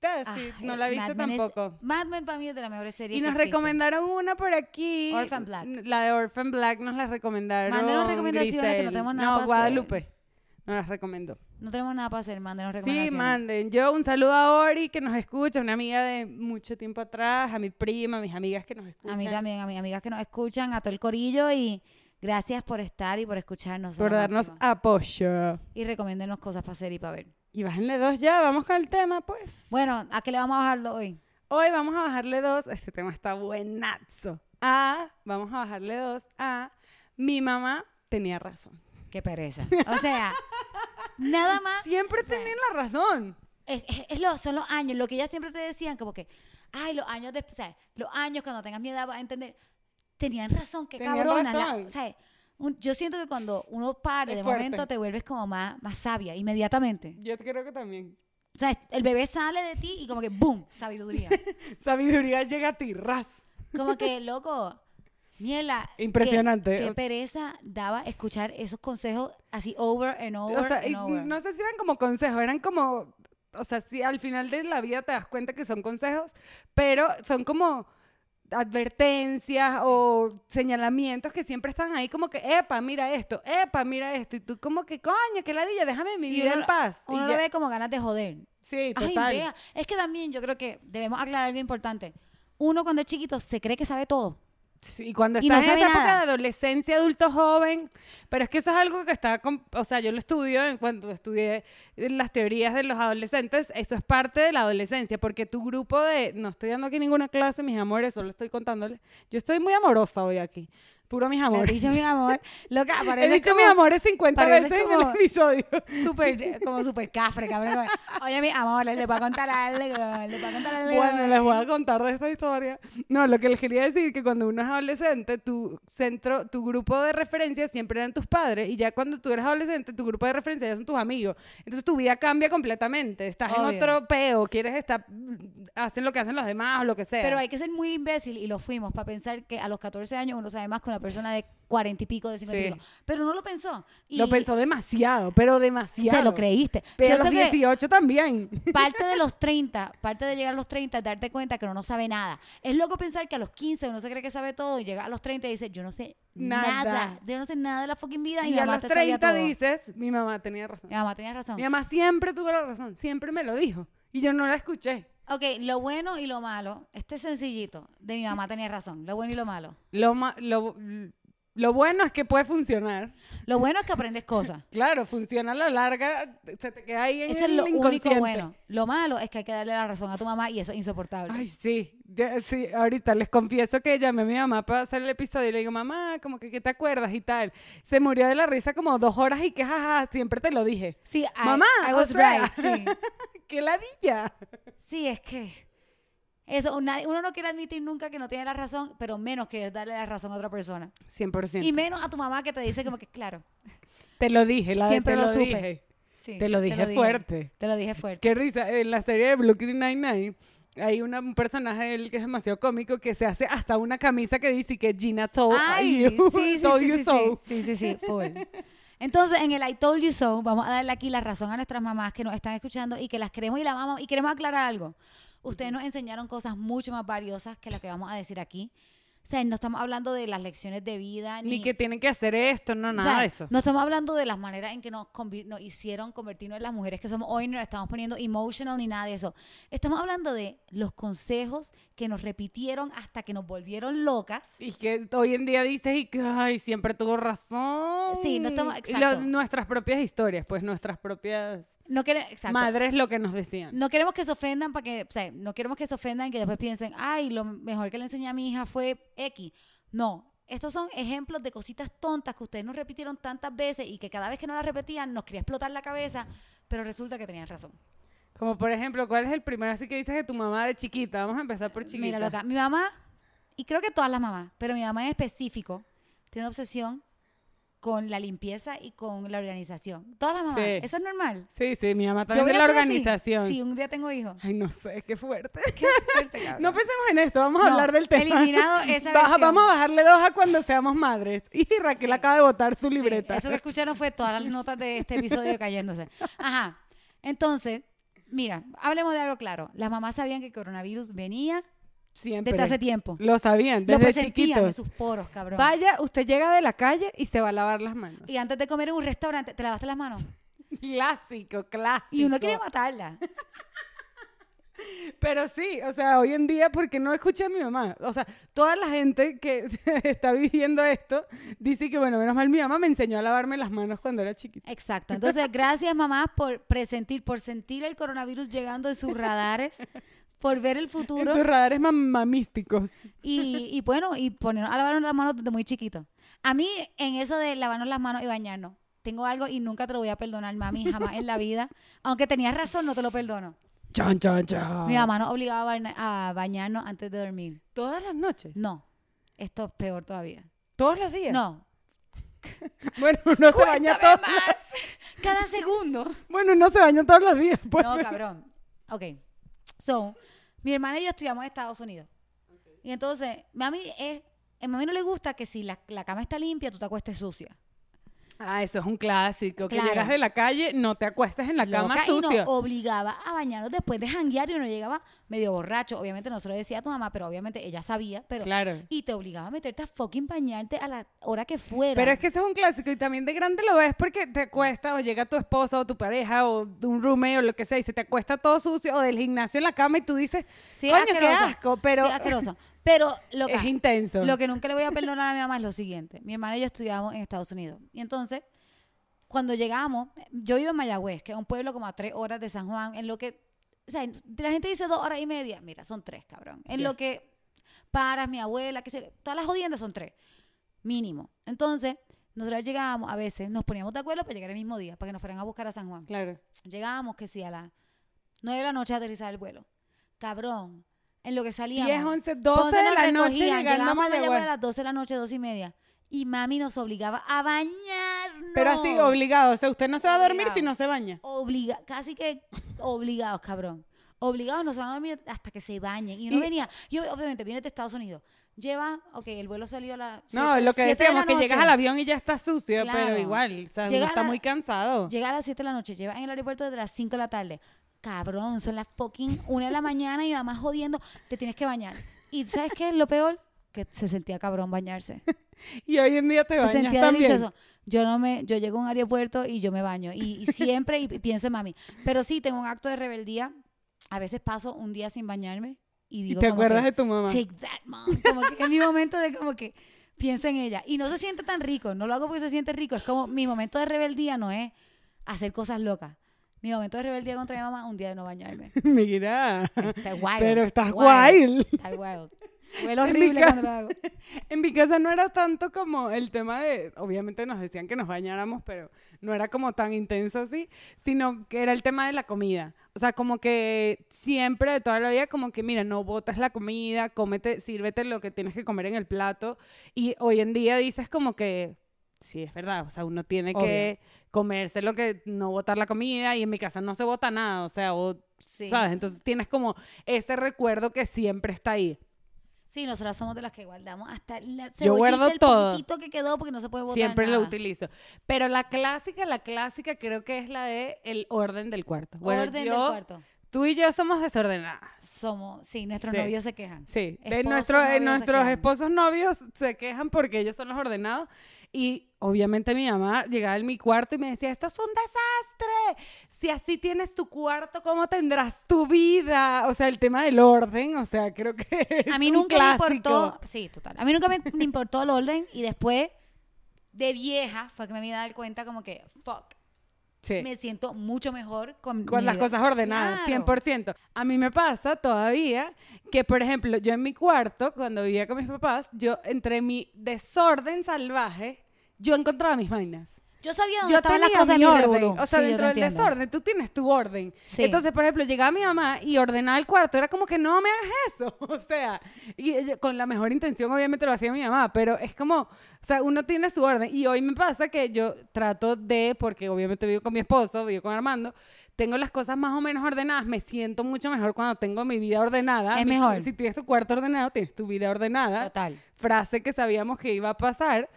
[SPEAKER 1] Te-
[SPEAKER 2] Ah,
[SPEAKER 1] sí, no la
[SPEAKER 2] Mad
[SPEAKER 1] viste
[SPEAKER 2] Men es-
[SPEAKER 1] tampoco.
[SPEAKER 2] Mad Men para mí es de las mejores series.
[SPEAKER 1] Y
[SPEAKER 2] que
[SPEAKER 1] nos
[SPEAKER 2] existen.
[SPEAKER 1] recomendaron una por aquí.
[SPEAKER 2] Orphan Black.
[SPEAKER 1] N- La de Orphan Black nos la recomendaron.
[SPEAKER 2] Mándenos recomendaciones, que no
[SPEAKER 1] Grisel.
[SPEAKER 2] tenemos nada
[SPEAKER 1] No,
[SPEAKER 2] para hacer.
[SPEAKER 1] Guadalupe. Nos las recomendó.
[SPEAKER 2] No tenemos nada para hacer, mándenos
[SPEAKER 1] Sí,
[SPEAKER 2] recomendaciones.
[SPEAKER 1] manden. Yo un saludo a Ori que nos escucha, una amiga de mucho tiempo atrás, a mi prima, a mis amigas que nos escuchan.
[SPEAKER 2] A mí también, a mis amigas que nos escuchan, a todo el corillo y gracias por estar y por escucharnos. son
[SPEAKER 1] Por
[SPEAKER 2] lo
[SPEAKER 1] darnos
[SPEAKER 2] máximo.
[SPEAKER 1] apoyo.
[SPEAKER 2] Y recomiéndenos cosas para hacer y para ver.
[SPEAKER 1] Y bájenle dos ya, vamos con el tema, pues.
[SPEAKER 2] Bueno, ¿a qué le vamos a bajarlo hoy?
[SPEAKER 1] Hoy vamos a bajarle dos, este tema está buenazo. A, vamos a bajarle dos a mi mamá tenía razón.
[SPEAKER 2] Qué pereza. O sea, nada más.
[SPEAKER 1] Siempre
[SPEAKER 2] o sea,
[SPEAKER 1] tenían la razón.
[SPEAKER 2] es, es- es lo- son los años, lo que ya siempre te decían, como que, ay, los años después, o sea, los años cuando tengas mi edad vas a entender. Tenían razón, qué
[SPEAKER 1] Tenían
[SPEAKER 2] cabrona. la-
[SPEAKER 1] razón.
[SPEAKER 2] o sea, un- yo siento que cuando uno pare,
[SPEAKER 1] Es
[SPEAKER 2] de
[SPEAKER 1] fuerte.
[SPEAKER 2] momento te vuelves como más, más sabia, inmediatamente.
[SPEAKER 1] Yo creo que también.
[SPEAKER 2] O sea, el bebé sale de ti y como que, ¡boom! Sabiduría.
[SPEAKER 1] Sabiduría llega a ti, ras.
[SPEAKER 2] Como que, loco, Miela. qué-
[SPEAKER 1] Impresionante.
[SPEAKER 2] Qué,
[SPEAKER 1] O-
[SPEAKER 2] pereza daba escuchar esos consejos así over and over.
[SPEAKER 1] O sea,
[SPEAKER 2] and
[SPEAKER 1] y
[SPEAKER 2] over.
[SPEAKER 1] no sé si eran como consejos, eran como, o sea, si al final de la vida te das cuenta que son consejos, pero son como advertencias o señalamientos que siempre están ahí como que, epa, mira esto, epa, mira esto, y tú como que, coño, qué ladilla, déjame mi
[SPEAKER 2] Y
[SPEAKER 1] vida
[SPEAKER 2] uno
[SPEAKER 1] en
[SPEAKER 2] lo-
[SPEAKER 1] paz. Y
[SPEAKER 2] Uno
[SPEAKER 1] ya-
[SPEAKER 2] lo ve como ganas de joder.
[SPEAKER 1] Sí,
[SPEAKER 2] Ay,
[SPEAKER 1] total.
[SPEAKER 2] vea. Es que también yo creo que debemos aclarar algo importante. Uno cuando es chiquito se cree que sabe todo.
[SPEAKER 1] Sí, y cuando
[SPEAKER 2] Y no
[SPEAKER 1] estás en
[SPEAKER 2] sabe
[SPEAKER 1] esa época
[SPEAKER 2] nada.
[SPEAKER 1] de adolescencia, adulto joven, pero es que eso es algo que está, con- o sea, yo lo estudio en cuanto estudié las teorías de los adolescentes, eso es parte de la adolescencia, porque tu grupo de, no estoy dando aquí ninguna clase, mis amores, solo estoy contándoles, yo estoy muy amorosa hoy aquí, puro mis
[SPEAKER 2] Le he
[SPEAKER 1] amores.
[SPEAKER 2] dicho mi amor. Loca,
[SPEAKER 1] He
[SPEAKER 2] parece
[SPEAKER 1] dicho
[SPEAKER 2] como
[SPEAKER 1] mis amores 50
[SPEAKER 2] pareces
[SPEAKER 1] veces en el
[SPEAKER 2] como-
[SPEAKER 1] episodio.
[SPEAKER 2] súper, como súper cafre, cabrón. Como, Oye, mi amor, les voy a contar algo. Les voy a contar algo.
[SPEAKER 1] Bueno, les voy a contar de esta historia. No, lo que les quería decir que cuando uno es adolescente, tu centro, tu grupo de referencia siempre eran tus padres y ya cuando tú eres adolescente, tu grupo de referencia ya son tus amigos. Entonces tu vida cambia completamente. Estás en
[SPEAKER 2] Obvio.
[SPEAKER 1] otro peo, quieres estar mm, hacen lo que hacen los demás o lo que sea.
[SPEAKER 2] Pero hay que ser muy imbécil, y lo fuimos, para pensar que a los 14 años uno sabe más que una persona de 40 y pico, de 50 y
[SPEAKER 1] Sí.
[SPEAKER 2] pico. Pero no lo pensó. Y
[SPEAKER 1] Lo pensó demasiado, pero demasiado.
[SPEAKER 2] Te lo creíste.
[SPEAKER 1] Pero a
[SPEAKER 2] Yo
[SPEAKER 1] los
[SPEAKER 2] sé que-
[SPEAKER 1] 18 también.
[SPEAKER 2] Parte de los 30, parte de llegar a los 30 es darte cuenta que uno no sabe nada. Es loco pensar que a los 15 uno se cree que sabe todo y llega a los 30 y dice, yo no sé
[SPEAKER 1] Nada.
[SPEAKER 2] nada. Yo no sé nada de la fucking vida. Y,
[SPEAKER 1] Y
[SPEAKER 2] mi
[SPEAKER 1] a
[SPEAKER 2] mamá
[SPEAKER 1] los
[SPEAKER 2] te sabía
[SPEAKER 1] 30
[SPEAKER 2] todo.
[SPEAKER 1] dices, mi mamá tenía razón.
[SPEAKER 2] Mi mamá tenía razón.
[SPEAKER 1] Mi mamá siempre tuvo la razón, siempre me lo dijo y yo no la escuché.
[SPEAKER 2] Ok, lo bueno y lo malo. Este es sencillito. De mi mamá tenía razón. Lo bueno y lo malo.
[SPEAKER 1] Lo, ma- lo, lo bueno es que puede funcionar.
[SPEAKER 2] Lo bueno es que aprendes cosas.
[SPEAKER 1] Claro, funciona a la larga, se te queda ahí en
[SPEAKER 2] Eso es
[SPEAKER 1] el
[SPEAKER 2] lo único
[SPEAKER 1] inconsciente.
[SPEAKER 2] bueno. Lo malo es que hay que darle la razón a tu mamá y eso es insoportable.
[SPEAKER 1] Ay, sí. Ya- sí, ahorita les confieso que llamé a mi mamá para hacer el episodio y le digo, mamá, como que, ¿qué te acuerdas? Y tal. Se murió de la risa como dos horas y que, jaja, siempre te lo dije.
[SPEAKER 2] sí, I-
[SPEAKER 1] Mamá,
[SPEAKER 2] I
[SPEAKER 1] o
[SPEAKER 2] was
[SPEAKER 1] sea.
[SPEAKER 2] right. Sí.
[SPEAKER 1] ¡Qué ladilla!
[SPEAKER 2] Sí, es que eso, nadie- uno no quiere admitir nunca que no tiene la razón, pero menos querer darle la razón a otra persona.
[SPEAKER 1] 100%.
[SPEAKER 2] Y menos a tu mamá que te dice como que, claro,
[SPEAKER 1] te lo dije, la de
[SPEAKER 2] Siempre
[SPEAKER 1] te lo,
[SPEAKER 2] lo supe.
[SPEAKER 1] dije.
[SPEAKER 2] sí,
[SPEAKER 1] Te lo dije fuerte.
[SPEAKER 2] Te lo dije fuerte.
[SPEAKER 1] Qué risa. En la serie de Brooklyn Nine-Nine hay una- un personaje de él que es demasiado cómico que se hace hasta una camisa que dice que Gina told
[SPEAKER 2] Ay,
[SPEAKER 1] you,
[SPEAKER 2] sí, sí,
[SPEAKER 1] told
[SPEAKER 2] sí,
[SPEAKER 1] you
[SPEAKER 2] sí,
[SPEAKER 1] so.
[SPEAKER 2] sí, sí, sí, sí, full. Entonces, en el I told you so, vamos a darle aquí la razón a nuestras mamás que nos están escuchando y que las queremos y las amamos. Y queremos aclarar algo. Ustedes nos enseñaron cosas mucho más valiosas que las que vamos a decir aquí. O sea, no estamos hablando de las lecciones de vida, ni,
[SPEAKER 1] Ni que tienen que hacer esto, no,
[SPEAKER 2] O
[SPEAKER 1] nada
[SPEAKER 2] sea,
[SPEAKER 1] de eso.
[SPEAKER 2] No estamos hablando de las maneras en que nos, convi- nos hicieron convertirnos en las mujeres que somos hoy, ni nos estamos poniendo emotional ni nada de eso. Estamos hablando de los consejos que nos repitieron hasta que nos volvieron locas.
[SPEAKER 1] Y que hoy en día dices y que, ay, siempre tuvo razón.
[SPEAKER 2] Sí, no estamos-
[SPEAKER 1] Y lo-
[SPEAKER 2] exacto.
[SPEAKER 1] nuestras propias historias, pues nuestras propias
[SPEAKER 2] No, quere- exacto.
[SPEAKER 1] madres lo que nos decían.
[SPEAKER 2] no queremos que se ofendan para que, o sea, no queremos que se ofendan y que después piensen, ay, lo mejor que le enseñé a mi hija fue X. No. Estos son ejemplos de cositas tontas que ustedes nos repitieron tantas veces y que cada vez que nos las repetían nos quería explotar la cabeza, pero resulta que tenían razón.
[SPEAKER 1] Como por ejemplo, ¿cuál es el primero así que dices de tu mamá de chiquita? Vamos a empezar por chiquita.
[SPEAKER 2] Míralo acá. Mi mamá, y creo que todas las mamás, pero mi mamá en específico, tiene una obsesión con la limpieza y con la organización. Todas las mamás.
[SPEAKER 1] Sí.
[SPEAKER 2] Eso es normal.
[SPEAKER 1] Sí, sí, mi mamá
[SPEAKER 2] Yo
[SPEAKER 1] también
[SPEAKER 2] voy
[SPEAKER 1] de
[SPEAKER 2] a
[SPEAKER 1] la
[SPEAKER 2] ser así.
[SPEAKER 1] organización.
[SPEAKER 2] Sí, un día tengo hijos.
[SPEAKER 1] Ay, no sé, qué fuerte.
[SPEAKER 2] Qué fuerte, cabrón.
[SPEAKER 1] No pensemos en eso, vamos a
[SPEAKER 2] No,
[SPEAKER 1] hablar del tema.
[SPEAKER 2] eliminado esa
[SPEAKER 1] Baja-
[SPEAKER 2] versión.
[SPEAKER 1] Vamos a bajarle dos a cuando seamos madres. Y Raquel
[SPEAKER 2] Sí.
[SPEAKER 1] acaba de botar su
[SPEAKER 2] Sí,
[SPEAKER 1] libreta.
[SPEAKER 2] eso que escucharon fue todas las notas de este episodio cayéndose. Ajá. Entonces, mira, hablemos de algo claro. Las mamás sabían que el coronavirus venía
[SPEAKER 1] Siempre.
[SPEAKER 2] desde hace tiempo.
[SPEAKER 1] Lo sabían,
[SPEAKER 2] Lo
[SPEAKER 1] desde
[SPEAKER 2] presentían en
[SPEAKER 1] chiquitos.
[SPEAKER 2] sus poros, cabrón.
[SPEAKER 1] Vaya, usted llega de la calle y se va a lavar las manos.
[SPEAKER 2] Y antes de comer en un restaurante, te lavaste las manos.
[SPEAKER 1] Clásico, clásico.
[SPEAKER 2] Y uno quiere matarla.
[SPEAKER 1] Pero sí, o sea, hoy en día, porque no escuché a mi mamá. O sea, toda la gente que está viviendo esto dice que, bueno, menos mal mi mamá me enseñó a lavarme las manos cuando era chiquita.
[SPEAKER 2] Exacto. Entonces, gracias mamás por presentir, por sentir el coronavirus llegando en sus radares, por ver el
[SPEAKER 1] En
[SPEAKER 2] futuro
[SPEAKER 1] sus radares mamamísticos.
[SPEAKER 2] y, y, bueno, y ponernos a lavarnos las manos desde muy chiquito. A mí, en eso de lavarnos las manos y bañarnos, tengo algo y nunca te lo voy a perdonar, mami, jamás en la vida. Aunque tenías razón, no te lo perdono.
[SPEAKER 1] Chan, chan, chan.
[SPEAKER 2] Mi mamá nos obligaba a baña- a bañarnos antes de dormir.
[SPEAKER 1] Todas las noches.
[SPEAKER 2] No, esto es peor todavía.
[SPEAKER 1] Todos los días.
[SPEAKER 2] No.
[SPEAKER 1] Bueno, uno se baña
[SPEAKER 2] Cuéntame
[SPEAKER 1] todos.
[SPEAKER 2] más. Cada segundo.
[SPEAKER 1] Bueno, uno se baña todos los días. Pues.
[SPEAKER 2] No, cabrón. Ok. So, mi hermana y yo estudiamos en Estados Unidos. Y entonces, mami es, a mami no le gusta que si la, la cama está limpia, tú te acuestes sucia.
[SPEAKER 1] Ah, eso es un clásico.
[SPEAKER 2] Claro.
[SPEAKER 1] Que llegas de la calle, no te acuestas en la cama
[SPEAKER 2] Loca, Y
[SPEAKER 1] sucia.
[SPEAKER 2] nos obligaba a bañarnos después de janguear y uno llegaba medio borracho. Obviamente no se lo decía a tu mamá, pero obviamente ella sabía. Pero,
[SPEAKER 1] Claro.
[SPEAKER 2] Y te obligaba a meterte a fucking bañarte a la hora que fuera.
[SPEAKER 1] Pero es que eso es un clásico y también de grande lo ves porque te acuesta o llega tu esposa o tu pareja o de un roommate o lo que sea y se te acuesta todo sucio o del gimnasio en la cama y tú dices,
[SPEAKER 2] Sí,
[SPEAKER 1] coño, qué
[SPEAKER 2] asqueroso.
[SPEAKER 1] asco, pero
[SPEAKER 2] Sí, asqueroso. Pero lo
[SPEAKER 1] es intenso.
[SPEAKER 2] Lo que nunca le voy a perdonar a mi mamá es lo siguiente. Mi hermana y yo estudiábamos en Estados Unidos. Y entonces, cuando llegamos, yo vivo en Mayagüez, que es un pueblo como a tres horas de San Juan, en lo que, o sea, la gente dice dos horas y media, mira, son tres, cabrón. En
[SPEAKER 1] Ya.
[SPEAKER 2] lo que paras, mi abuela, que se, todas las jodiendas son tres, mínimo. Entonces, nosotros llegábamos, a veces nos poníamos de acuerdo para llegar el mismo día, para que nos fueran a buscar a San Juan.
[SPEAKER 1] Claro.
[SPEAKER 2] Llegábamos, que sí, a las nueve de la noche a aterrizar el vuelo. Cabrón, en lo que
[SPEAKER 1] 10,
[SPEAKER 2] salíamos.
[SPEAKER 1] 11, 12 de
[SPEAKER 2] Entonces
[SPEAKER 1] la
[SPEAKER 2] Pues nos
[SPEAKER 1] noche
[SPEAKER 2] recogían,
[SPEAKER 1] llegando a
[SPEAKER 2] llegábamos a Mayagüez a
[SPEAKER 1] Mayagüez.
[SPEAKER 2] las 12 de la noche, 2 y media. Y mami nos obligaba a bañarnos.
[SPEAKER 1] Pero así, obligado. O sea, usted no se va a dormir
[SPEAKER 2] Obligado.
[SPEAKER 1] si no se baña.
[SPEAKER 2] Obliga, casi que obligados, cabrón. Obligados, no se van a dormir hasta que se bañen. Y uno
[SPEAKER 1] Y-
[SPEAKER 2] venía, yo obviamente viene de Estados Unidos. Lleva, ok, el vuelo salió a las.
[SPEAKER 1] No,
[SPEAKER 2] siete-
[SPEAKER 1] lo que
[SPEAKER 2] siete de la
[SPEAKER 1] decíamos, que llegas
[SPEAKER 2] noche.
[SPEAKER 1] al avión y ya está sucio,
[SPEAKER 2] Claro.
[SPEAKER 1] pero igual, o sea, uno
[SPEAKER 2] Llegar
[SPEAKER 1] está
[SPEAKER 2] a-
[SPEAKER 1] muy cansado.
[SPEAKER 2] Llega a las 7 de la noche, lleva en el aeropuerto desde las 5 de la tarde. Cabrón, son las fucking 1 de la mañana y mamá jodiendo, te tienes que bañar. ¿Y sabes qué es lo peor? Que se sentía cabrón bañarse.
[SPEAKER 1] Y hoy en día te
[SPEAKER 2] se
[SPEAKER 1] bañas
[SPEAKER 2] sentía
[SPEAKER 1] también.
[SPEAKER 2] delicioso. Yo no me, yo llego a un aeropuerto y yo me baño. Y, y siempre y, pienso en mami. Pero sí, tengo un acto de rebeldía. A veces paso un día sin bañarme y
[SPEAKER 1] Y
[SPEAKER 2] digo
[SPEAKER 1] te
[SPEAKER 2] como
[SPEAKER 1] acuerdas
[SPEAKER 2] que,
[SPEAKER 1] de tu mamá.
[SPEAKER 2] Take that, mom. Como que es mi momento de como que piensa en ella. Y no se siente tan rico. No lo hago porque se siente rico. Es como mi momento de rebeldía no es hacer cosas locas. Mi momento de rebeldía contra mi mamá un día de no bañarme.
[SPEAKER 1] Mira.
[SPEAKER 2] Está wild.
[SPEAKER 1] Pero estás
[SPEAKER 2] wild.
[SPEAKER 1] wild.
[SPEAKER 2] Está wild. Huele
[SPEAKER 1] En mi
[SPEAKER 2] horrible
[SPEAKER 1] ca-
[SPEAKER 2] cuando lo hago.
[SPEAKER 1] En mi casa no era tanto como el tema de, obviamente nos decían que nos bañáramos, pero no era como tan intenso así, sino que era el tema de la comida. O sea, como que siempre de toda la vida, como que mira, no botas la comida, cómete, sírvete lo que tienes que comer en el plato. Y hoy en día dices como que, sí, es verdad, o sea, uno tiene que comerse lo que, no botar la comida y en mi casa no se bota nada, o sea, o,
[SPEAKER 2] Sí.
[SPEAKER 1] ¿sabes? Entonces tienes como ese recuerdo que siempre está ahí.
[SPEAKER 2] Sí, nosotras somos de las que guardamos hasta la cebollita,
[SPEAKER 1] Yo guardo
[SPEAKER 2] el
[SPEAKER 1] todo.
[SPEAKER 2] poquitito que quedó porque no se puede botar
[SPEAKER 1] Siempre lo
[SPEAKER 2] nada.
[SPEAKER 1] utilizo. Pero la clásica, la clásica creo que es la de el orden del cuarto. Bueno,
[SPEAKER 2] Orden
[SPEAKER 1] yo,
[SPEAKER 2] del cuarto.
[SPEAKER 1] tú y yo somos desordenadas.
[SPEAKER 2] Somos, sí, nuestros
[SPEAKER 1] Sí.
[SPEAKER 2] novios se quejan.
[SPEAKER 1] Sí, de
[SPEAKER 2] Esposos,
[SPEAKER 1] nuestro- de
[SPEAKER 2] novios se
[SPEAKER 1] nuestros
[SPEAKER 2] quejan.
[SPEAKER 1] esposos novios se quejan porque ellos son los ordenados y obviamente mi mamá llegaba en mi cuarto y me decía, esto es un desastre, si así tienes tu cuarto, ¿cómo tendrás tu vida? O sea, el tema del orden, o sea, creo que es
[SPEAKER 2] A mí
[SPEAKER 1] un
[SPEAKER 2] nunca me
[SPEAKER 1] clásico.
[SPEAKER 2] importó, sí, total. A mí nunca me me importó el orden y después de vieja fue que me vine a dar cuenta como que fuck,
[SPEAKER 1] Sí.
[SPEAKER 2] me siento mucho mejor con
[SPEAKER 1] con
[SPEAKER 2] mi
[SPEAKER 1] las
[SPEAKER 2] vida.
[SPEAKER 1] cosas ordenadas,
[SPEAKER 2] Claro.
[SPEAKER 1] 100%. A mí me pasa todavía que, por ejemplo, yo en mi cuarto, cuando vivía con mis papás, yo entre mi desorden salvaje, yo encontraba mis vainas.
[SPEAKER 2] Yo sabía dónde
[SPEAKER 1] yo
[SPEAKER 2] estaban
[SPEAKER 1] tenía
[SPEAKER 2] las cosas
[SPEAKER 1] mi
[SPEAKER 2] en mi
[SPEAKER 1] orden,
[SPEAKER 2] revolú.
[SPEAKER 1] o sea,
[SPEAKER 2] Sí, yo te
[SPEAKER 1] dentro del
[SPEAKER 2] entiendo.
[SPEAKER 1] desorden, tú tienes tu orden.
[SPEAKER 2] Sí.
[SPEAKER 1] Entonces, por ejemplo, llegaba mi mamá y ordenaba el cuarto, era como que no me hagas eso, o sea, y ella- con la mejor intención obviamente lo hacía mi mamá, pero es como, o sea, uno tiene su orden y hoy me pasa que yo trato de, porque obviamente vivo con mi esposo, vivo con Armando, tengo las cosas más o menos ordenadas, me siento mucho mejor cuando tengo mi vida ordenada.
[SPEAKER 2] Es
[SPEAKER 1] Mi-
[SPEAKER 2] mejor.
[SPEAKER 1] Si tienes tu cuarto ordenado, tienes tu vida ordenada
[SPEAKER 2] Total.
[SPEAKER 1] frase que sabíamos que iba a pasar.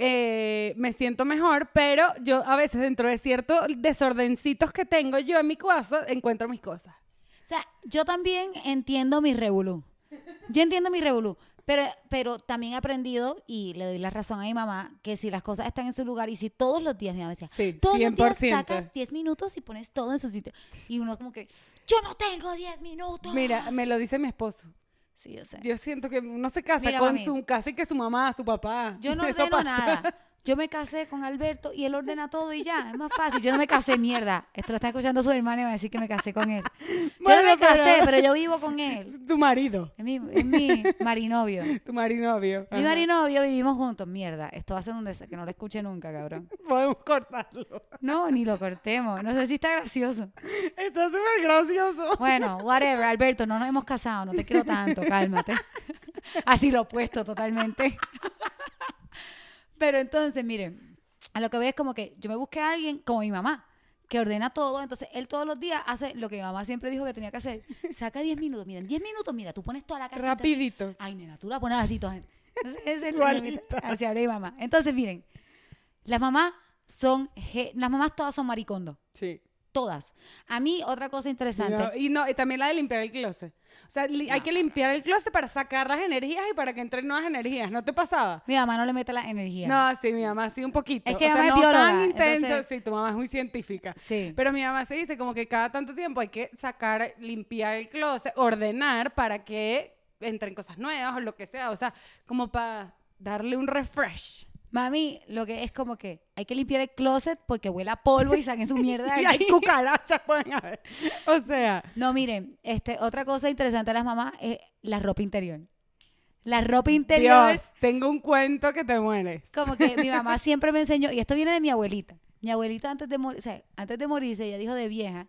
[SPEAKER 1] eh, me siento mejor, pero yo a veces dentro de ciertos desordencitos que tengo yo en mi casa, encuentro mis cosas.
[SPEAKER 2] O sea, yo también entiendo mi revolú. Yo entiendo mi revolú. Pero, pero también he aprendido, y le doy la razón a mi mamá, que si las cosas están en su lugar y si todos los días, mi mamá decía,
[SPEAKER 1] Sí,
[SPEAKER 2] todos los días
[SPEAKER 1] 100%.
[SPEAKER 2] sacas 10 minutos y pones todo en su sitio. Y uno como que, yo no tengo 10 minutos.
[SPEAKER 1] Mira, me lo dice mi esposo.
[SPEAKER 2] Sí, yo sé.
[SPEAKER 1] Yo siento que uno se casa
[SPEAKER 2] Mira,
[SPEAKER 1] con
[SPEAKER 2] mami.
[SPEAKER 1] su casi que su mamá, su papá.
[SPEAKER 2] Yo no
[SPEAKER 1] Eso pasa.
[SPEAKER 2] ordeno nada. Yo me casé con Alberto y él ordena todo y ya, es más fácil. Yo no me casé, mierda. Esto lo está escuchando su hermana y va a decir que me casé con él. Yo
[SPEAKER 1] Bueno,
[SPEAKER 2] no me
[SPEAKER 1] pero-
[SPEAKER 2] casé, pero yo vivo con él.
[SPEAKER 1] Tu marido,
[SPEAKER 2] Es mi, es mi marinovio.
[SPEAKER 1] tu marinovio.
[SPEAKER 2] Mi
[SPEAKER 1] Ajá.
[SPEAKER 2] marinovio vivimos juntos, mierda. Esto va a ser un des- que no lo escuche nunca, cabrón.
[SPEAKER 1] Podemos cortarlo.
[SPEAKER 2] No, ni lo cortemos. No sé si está gracioso.
[SPEAKER 1] Está súper gracioso.
[SPEAKER 2] Bueno, whatever, Alberto, no nos hemos casado, no te quiero tanto, cálmate. Así lo opuesto totalmente. Pero entonces, miren, a lo que voy es como que yo me busqué a alguien como mi mamá, que ordena todo, entonces él todos los días hace lo que mi mamá siempre dijo que tenía que hacer. Saca 10 minutos, mira, en 10 minutos, mira, tú pones toda la casita.
[SPEAKER 1] Rapidito.
[SPEAKER 2] Ay, nena, tú la pones así toda. Entonces, esa es la
[SPEAKER 1] Igualita.
[SPEAKER 2] limita- Así habla mi mamá. Entonces, miren, las mamás son, ge- las mamás todas son maricondo,
[SPEAKER 1] Sí.
[SPEAKER 2] todas. A mí, otra cosa interesante.
[SPEAKER 1] No, y no, y también la de limpiar el closet. O sea, li- hay que limpiar el closet para sacar las energías y para que entren nuevas energías. ¿No te pasaba?
[SPEAKER 2] Mi mamá no le mete la energía.
[SPEAKER 1] No, sí, mi mamá sí un poquito.
[SPEAKER 2] Es que
[SPEAKER 1] o
[SPEAKER 2] mi
[SPEAKER 1] sea,
[SPEAKER 2] mamá es
[SPEAKER 1] no tan
[SPEAKER 2] bióloga,
[SPEAKER 1] intenso.
[SPEAKER 2] entonces-
[SPEAKER 1] Sí, tu mamá es muy científica.
[SPEAKER 2] Sí.
[SPEAKER 1] Pero mi mamá se dice como que cada tanto tiempo hay que sacar, limpiar el closet, ordenar para que entren cosas nuevas o lo que sea. O sea, como para darle un refresh.
[SPEAKER 2] Mami, lo que es como que hay que limpiar el closet porque huele a polvo y saquen su mierda de
[SPEAKER 1] Y
[SPEAKER 2] aquí.
[SPEAKER 1] hay cucarachas, pueden haber. O sea,
[SPEAKER 2] No, miren, este, otra cosa interesante de las mamás es la ropa interior. La ropa interior,
[SPEAKER 1] Dios, tengo un cuento que te mueres.
[SPEAKER 2] como que mi mamá siempre me enseñó, y esto viene de mi abuelita. Mi abuelita antes de morir, o sea, antes de morirse, ella dijo de vieja,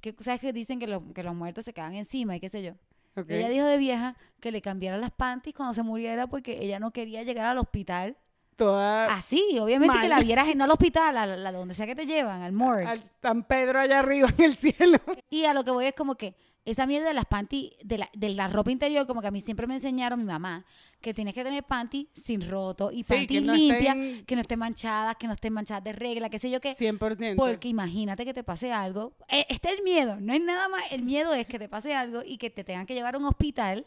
[SPEAKER 2] que sabes que dicen que, lo- que los muertos se quedan encima y qué sé yo.
[SPEAKER 1] Ok.
[SPEAKER 2] Ella dijo de vieja que le cambiara las panties cuando se muriera porque ella no quería llegar al hospital "Ah,
[SPEAKER 1] Toda
[SPEAKER 2] Así, obviamente que la
[SPEAKER 1] Ah, Mal.
[SPEAKER 2] vieras en no al hospital, a, la- la donde sea que te llevan, al morgue.
[SPEAKER 1] al San Pedro allá arriba en el cielo.
[SPEAKER 2] Y a lo que voy es como que esa mierda de las panties, de la, de la ropa interior, como que a mí siempre me enseñaron mi mamá, que tienes que tener panties sin roto y
[SPEAKER 1] que
[SPEAKER 2] panties
[SPEAKER 1] no
[SPEAKER 2] limpias,
[SPEAKER 1] estén-
[SPEAKER 2] que no estén manchadas, que no estén manchadas de regla, qué sé yo qué.
[SPEAKER 1] 100%.
[SPEAKER 2] Porque imagínate que te pase algo. Eh, está el miedo, no es nada más. El miedo es que te pase algo y que te tengan que llevar a un hospital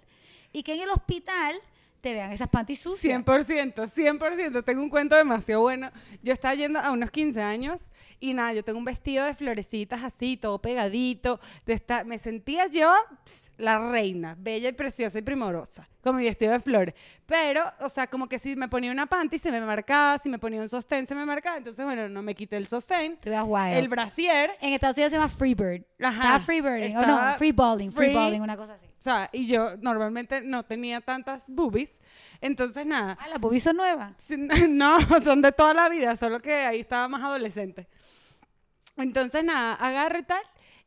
[SPEAKER 2] y que en el hospital te vean esas panties sucias.
[SPEAKER 1] 100%, 100%. Tengo un cuento demasiado bueno. Yo estaba yendo a unos 15 años y nada, yo tengo un vestido de florecitas así, todo pegadito. de esta- me sentía yo pss, la reina, bella y preciosa y primorosa, con mi vestido de flores. Pero, o sea, como que si me ponía una panty se me marcaba, si me ponía un sostén se me marcaba. Entonces, bueno, no me quité el sostén,
[SPEAKER 2] Te veas wild.
[SPEAKER 1] el brasier
[SPEAKER 2] En Estados Unidos se llama Freebird.
[SPEAKER 1] Ajá.
[SPEAKER 2] Estaba Freebirding. O
[SPEAKER 1] Estaba
[SPEAKER 2] no, Free Balling, Free
[SPEAKER 1] free-
[SPEAKER 2] Balling, una cosa así.
[SPEAKER 1] O sea, y yo normalmente no tenía tantas boobies. Entonces, nada.
[SPEAKER 2] Ah, las boobies son nuevas.
[SPEAKER 1] Sí, No, son de toda la vida, solo que ahí estaba más adolescente. Entonces, nada, agarro y tal.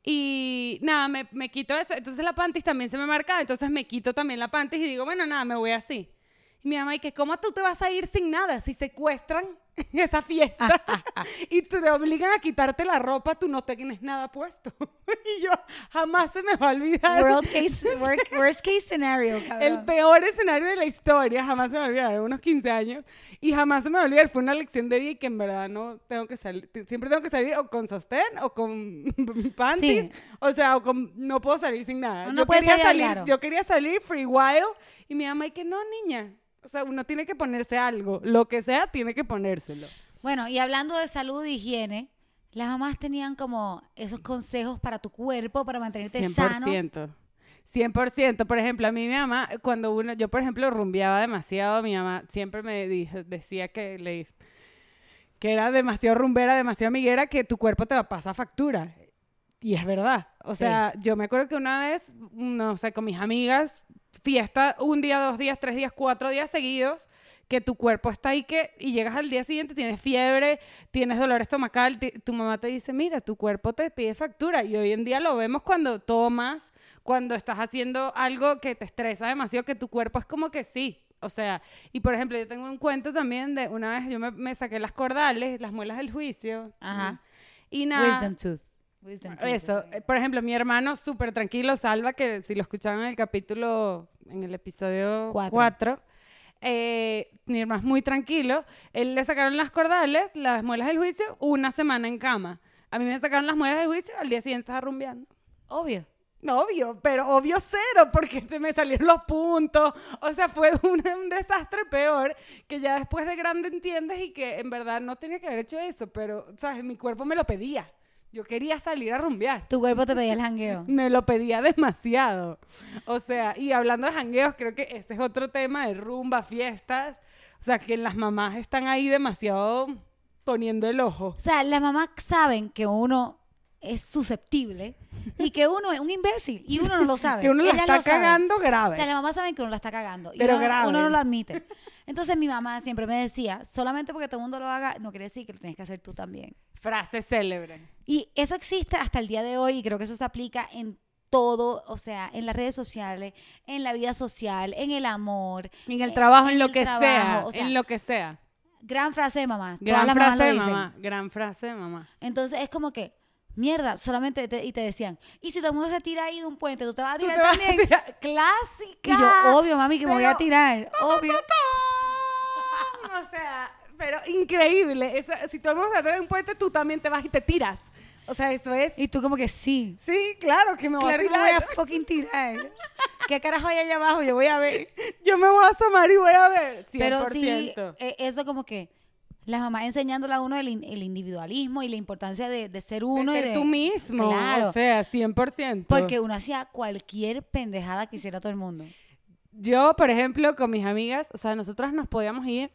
[SPEAKER 1] Y nada, me, me quito eso. Entonces la panties también se me marcaba. Entonces me quito también la panties y digo, bueno, nada, me voy así. Y mi mamá, ¿y que cómo tú te vas a ir sin nada si secuestran esa fiesta y tú te obligan a quitarte la ropa, tú no tienes nada puesto? y yo, jamás se me va a olvidar.
[SPEAKER 2] World case, work- worst case scenario, cabrón.
[SPEAKER 1] El peor escenario de la historia, jamás se me olvidará, unos 15 años, y jamás se me va a olvidar, fue una lección de día y que en verdad no tengo que salir, te- siempre tengo que salir o con sostén o con panties,
[SPEAKER 2] Sí.
[SPEAKER 1] o sea, o con, no puedo salir sin nada.
[SPEAKER 2] No, no puedes salir al garo.
[SPEAKER 1] yo quería salir free wild y mi mamá y que no, niña, o sea, uno tiene que ponerse algo, lo que sea tiene que ponérselo.
[SPEAKER 2] Bueno, y hablando de salud e higiene, las mamás tenían como esos consejos para tu cuerpo, para mantenerte sano.
[SPEAKER 1] 100%. 100%. Por ejemplo, a mí mi mamá, cuando uno, yo por ejemplo rumbeaba demasiado, mi mamá siempre me dijo, decía que le que era demasiado rumbera, demasiado amiguera, que tu cuerpo te va a pasar factura. Y es verdad. O
[SPEAKER 2] Sí.
[SPEAKER 1] sea, yo me acuerdo que una vez, no sé, con mis amigas, fiesta un día, dos días, tres días, cuatro días seguidos, que tu cuerpo está ahí que, y llegas al día siguiente, tienes fiebre, tienes dolor estomacal, ti- tu mamá te dice, mira, tu cuerpo te pide factura. Y hoy en día lo vemos cuando tomas, cuando estás haciendo algo que te estresa demasiado, que tu cuerpo es como que sí. O sea, y por ejemplo, yo tengo un cuento también de una vez yo me, me saqué las cordales, las muelas del juicio.
[SPEAKER 2] Ajá.
[SPEAKER 1] Y nada.
[SPEAKER 2] Wisdom tooth. Wisdom tooth.
[SPEAKER 1] Eso, eh, por ejemplo, mi hermano súper tranquilo, Salva, que si lo escucharon en el capítulo, en el episodio
[SPEAKER 2] Cuatro.
[SPEAKER 1] 4, mi hermano es muy tranquilo, él le sacaron las cordales, las muelas del juicio, una semana en cama. A mí me sacaron las muelas del juicio, al día siguiente estaba rumbeando.
[SPEAKER 2] Obvio.
[SPEAKER 1] Obvio, pero obvio cero, porque se me salieron los puntos. O sea, fue un, un desastre peor que ya después de grande entiendes y que en verdad no tenía que haber hecho eso, pero, ¿sabes? Mi cuerpo me lo pedía. Yo quería salir a rumbear.
[SPEAKER 2] Tu cuerpo te pedía el jangueo.
[SPEAKER 1] Me lo pedía demasiado. O sea, y hablando de jangueos, creo que ese es otro tema de rumba, fiestas. O sea, que las mamás están ahí demasiado poniendo el ojo.
[SPEAKER 2] O sea, las mamás saben que uno es susceptible y que uno es un imbécil y uno no lo sabe.
[SPEAKER 1] Que uno la
[SPEAKER 2] Ellas
[SPEAKER 1] está
[SPEAKER 2] lo saben.
[SPEAKER 1] cagando grave.
[SPEAKER 2] O sea, las mamás saben que uno la está cagando. Y
[SPEAKER 1] Pero
[SPEAKER 2] uno,
[SPEAKER 1] grave.
[SPEAKER 2] uno no lo admite. Entonces mi mamá siempre me decía, solamente porque todo el mundo lo haga, no quiere decir que lo tienes que hacer tú también.
[SPEAKER 1] Frase célebre.
[SPEAKER 2] Y eso existe hasta el día de hoy y creo que eso se aplica en todo, o sea, en las redes sociales, en la vida social, en el amor.
[SPEAKER 1] En el
[SPEAKER 2] eh,
[SPEAKER 1] trabajo, en, lo
[SPEAKER 2] el
[SPEAKER 1] que
[SPEAKER 2] trabajo,
[SPEAKER 1] sea,
[SPEAKER 2] o sea,
[SPEAKER 1] en lo que sea.
[SPEAKER 2] Gran frase de mamá. Todas
[SPEAKER 1] Gran
[SPEAKER 2] las mamás
[SPEAKER 1] frase
[SPEAKER 2] lo
[SPEAKER 1] de
[SPEAKER 2] dicen.
[SPEAKER 1] mamá, gran frase de mamá.
[SPEAKER 2] Entonces es como que, mierda, solamente te- y te decían, y si todo el mundo se tira ahí de un puente, tú te vas a
[SPEAKER 1] Tú
[SPEAKER 2] tirar
[SPEAKER 1] te vas a
[SPEAKER 2] también.
[SPEAKER 1] tirar- Clásica.
[SPEAKER 2] Y yo, obvio, mami, que me voy a
[SPEAKER 1] Pero-
[SPEAKER 2] tirar. Obvio.
[SPEAKER 1] O sea, pero increíble. Esa- si tú vamos a tener un puente, tú también te vas y te tiras. O sea, eso es.
[SPEAKER 2] Y tú como que sí.
[SPEAKER 1] Sí, claro que me voy
[SPEAKER 2] Claro
[SPEAKER 1] a
[SPEAKER 2] que me
[SPEAKER 1] tirar.
[SPEAKER 2] voy a fucking tirar. ¿Qué carajo hay allá abajo? Yo voy a ver.
[SPEAKER 1] Yo me voy a asomar y voy a ver. 100%.
[SPEAKER 2] Pero sí, eh, eso como que las mamás enseñándole a uno el, in- el individualismo y la importancia de, de ser uno
[SPEAKER 1] De
[SPEAKER 2] y
[SPEAKER 1] ser
[SPEAKER 2] de...
[SPEAKER 1] tú mismo.
[SPEAKER 2] Claro.
[SPEAKER 1] O sea, 100%.
[SPEAKER 2] Porque uno hacía cualquier pendejada que hiciera todo el mundo.
[SPEAKER 1] Yo, por ejemplo, con mis amigas, o sea, nosotras nos podíamos ir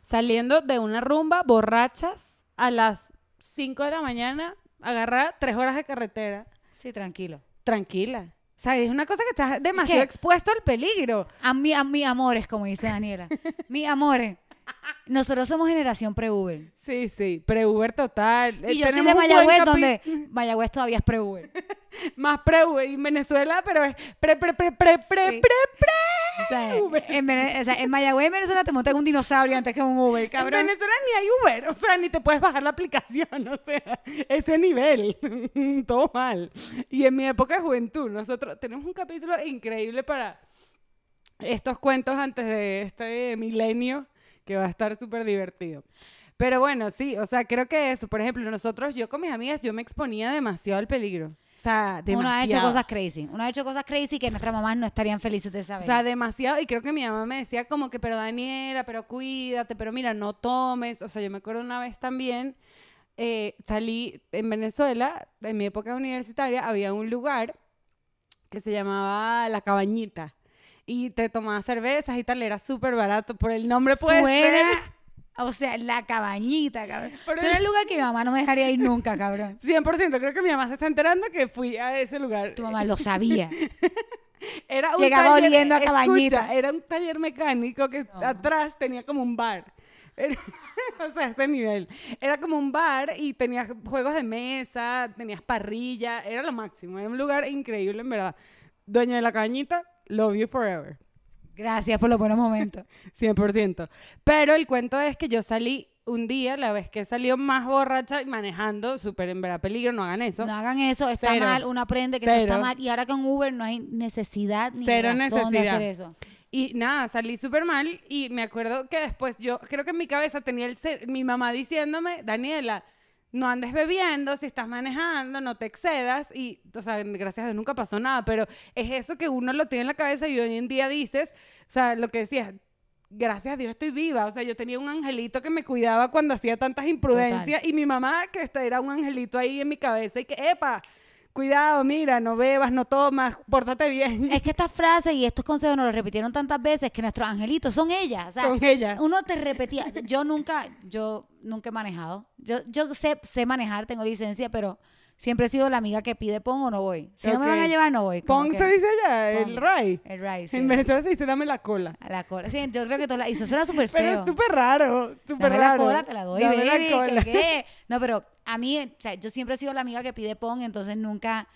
[SPEAKER 1] saliendo de una rumba borrachas a las 5 de la mañana, agarrar tres horas de carretera,
[SPEAKER 2] Sí, tranquilo.
[SPEAKER 1] tranquila. O sea, es una cosa que estás demasiado
[SPEAKER 2] que-
[SPEAKER 1] expuesto al peligro.
[SPEAKER 2] A mí, a mis amores, como dice Daniela. mis amores. Nosotros somos generación pre-Uber.
[SPEAKER 1] Sí, sí, pre-Uber total. Eh,
[SPEAKER 2] Y yo soy
[SPEAKER 1] tenemos
[SPEAKER 2] de
[SPEAKER 1] un buen
[SPEAKER 2] Mayagüez,
[SPEAKER 1] capi-
[SPEAKER 2] donde Mayagüez todavía es pre-Uber.
[SPEAKER 1] Más pre-Uber y en Venezuela, pero es pre, pre, pre, pre, pre,
[SPEAKER 2] Sí.
[SPEAKER 1] pre, pre.
[SPEAKER 2] O sea,
[SPEAKER 1] Uber.
[SPEAKER 2] en, Vene- o sea, en Mayagüez, en Venezuela, te montan un dinosaurio antes que un Uber, cabrón.
[SPEAKER 1] En Venezuela ni hay Uber, o sea, ni te puedes bajar la aplicación, o sea, ese nivel, todo mal. Y en mi época de juventud, nosotros tenemos un capítulo increíble para estos cuentos antes de este milenio, que va a estar súper divertido. Pero bueno, sí, o sea, creo que eso, por ejemplo, nosotros, yo con mis amigas, yo me exponía demasiado al peligro. O sea, demasiado.
[SPEAKER 2] Uno ha hecho cosas crazy. Uno ha hecho cosas crazy que nuestras mamás no estarían felices de saber.
[SPEAKER 1] O sea, demasiado. Y creo que mi mamá me decía como que, pero Daniela, pero cuídate, pero mira, no tomes. O sea, yo me acuerdo una vez también, eh, salí en Venezuela, en mi época universitaria, había un lugar que se llamaba La Cabañita. Y te tomabas cervezas y tal, era súper barato. Por el nombre puede
[SPEAKER 2] Suena,
[SPEAKER 1] ser
[SPEAKER 2] o sea, la cabañita, cabrón.
[SPEAKER 1] Pero-
[SPEAKER 2] Suena el lugar que mi mamá no me dejaría ir nunca, cabrón.
[SPEAKER 1] 100%. Creo que mi mamá se está enterando que fui a ese lugar.
[SPEAKER 2] Tu mamá lo sabía.
[SPEAKER 1] Era un
[SPEAKER 2] Llegaba
[SPEAKER 1] taller-
[SPEAKER 2] oliendo a
[SPEAKER 1] escucha,
[SPEAKER 2] cabañita.
[SPEAKER 1] era un taller mecánico que
[SPEAKER 2] No.
[SPEAKER 1] atrás tenía como un bar. Era- o sea, ese nivel. Era como un bar y tenías juegos de mesa, tenías parrilla, era lo máximo. Era un lugar increíble, en verdad. Dueña de la cabañita, love you forever.
[SPEAKER 2] Gracias por los buenos momentos.
[SPEAKER 1] 100%. Pero el cuento es que yo salí un día, la vez que salió más borracha y manejando, súper en verdad peligro, no hagan eso.
[SPEAKER 2] No hagan eso, está
[SPEAKER 1] Cero.
[SPEAKER 2] mal, uno aprende que eso está
[SPEAKER 1] Cero.
[SPEAKER 2] mal. Y ahora con Uber no hay necesidad ni
[SPEAKER 1] Cero
[SPEAKER 2] razón de
[SPEAKER 1] necesidad.
[SPEAKER 2] hacer eso.
[SPEAKER 1] Y nada, salí súper mal y me acuerdo que después yo creo que en mi cabeza tenía el cer- mi mamá diciéndome, Daniela, no andes bebiendo, si estás manejando, no te excedas y, o sea, gracias a Dios nunca pasó nada, pero es eso que uno lo tiene en la cabeza y hoy en día dices, o sea, lo que decías, gracias a Dios estoy viva, o sea, yo tenía un angelito que me cuidaba cuando hacía tantas imprudencias y mi mamá que esta era un angelito ahí en mi cabeza y que, epa, cuidado, mira, no bebas, no tomas, pórtate bien.
[SPEAKER 2] Es que estas frases y estos consejos nos los repitieron tantas veces que nuestros angelitos son ellas. o sea,
[SPEAKER 1] Son ellas.
[SPEAKER 2] Uno te repetía. o sea, Yo nunca, yo nunca he manejado. Yo, yo sé, sé manejar, tengo licencia, pero Siempre he sido la amiga que pide pon o no voy. Si no me
[SPEAKER 1] Ok.
[SPEAKER 2] van a llevar, no voy. como
[SPEAKER 1] Pong
[SPEAKER 2] que-
[SPEAKER 1] se dice allá, el
[SPEAKER 2] Pong.
[SPEAKER 1] Ray.
[SPEAKER 2] El rice. sí.
[SPEAKER 1] En Venezuela se dice dame la cola.
[SPEAKER 2] A la cola. Sí, yo creo que toda la... Y eso suena súper feo.
[SPEAKER 1] Pero es súper raro, súper
[SPEAKER 2] Dame
[SPEAKER 1] raro.
[SPEAKER 2] la cola, te la doy,
[SPEAKER 1] Dame
[SPEAKER 2] baby,
[SPEAKER 1] la
[SPEAKER 2] ¿que
[SPEAKER 1] cola.
[SPEAKER 2] qué? No, pero a mí, o sea, yo siempre he sido la amiga que pide pon, entonces nunca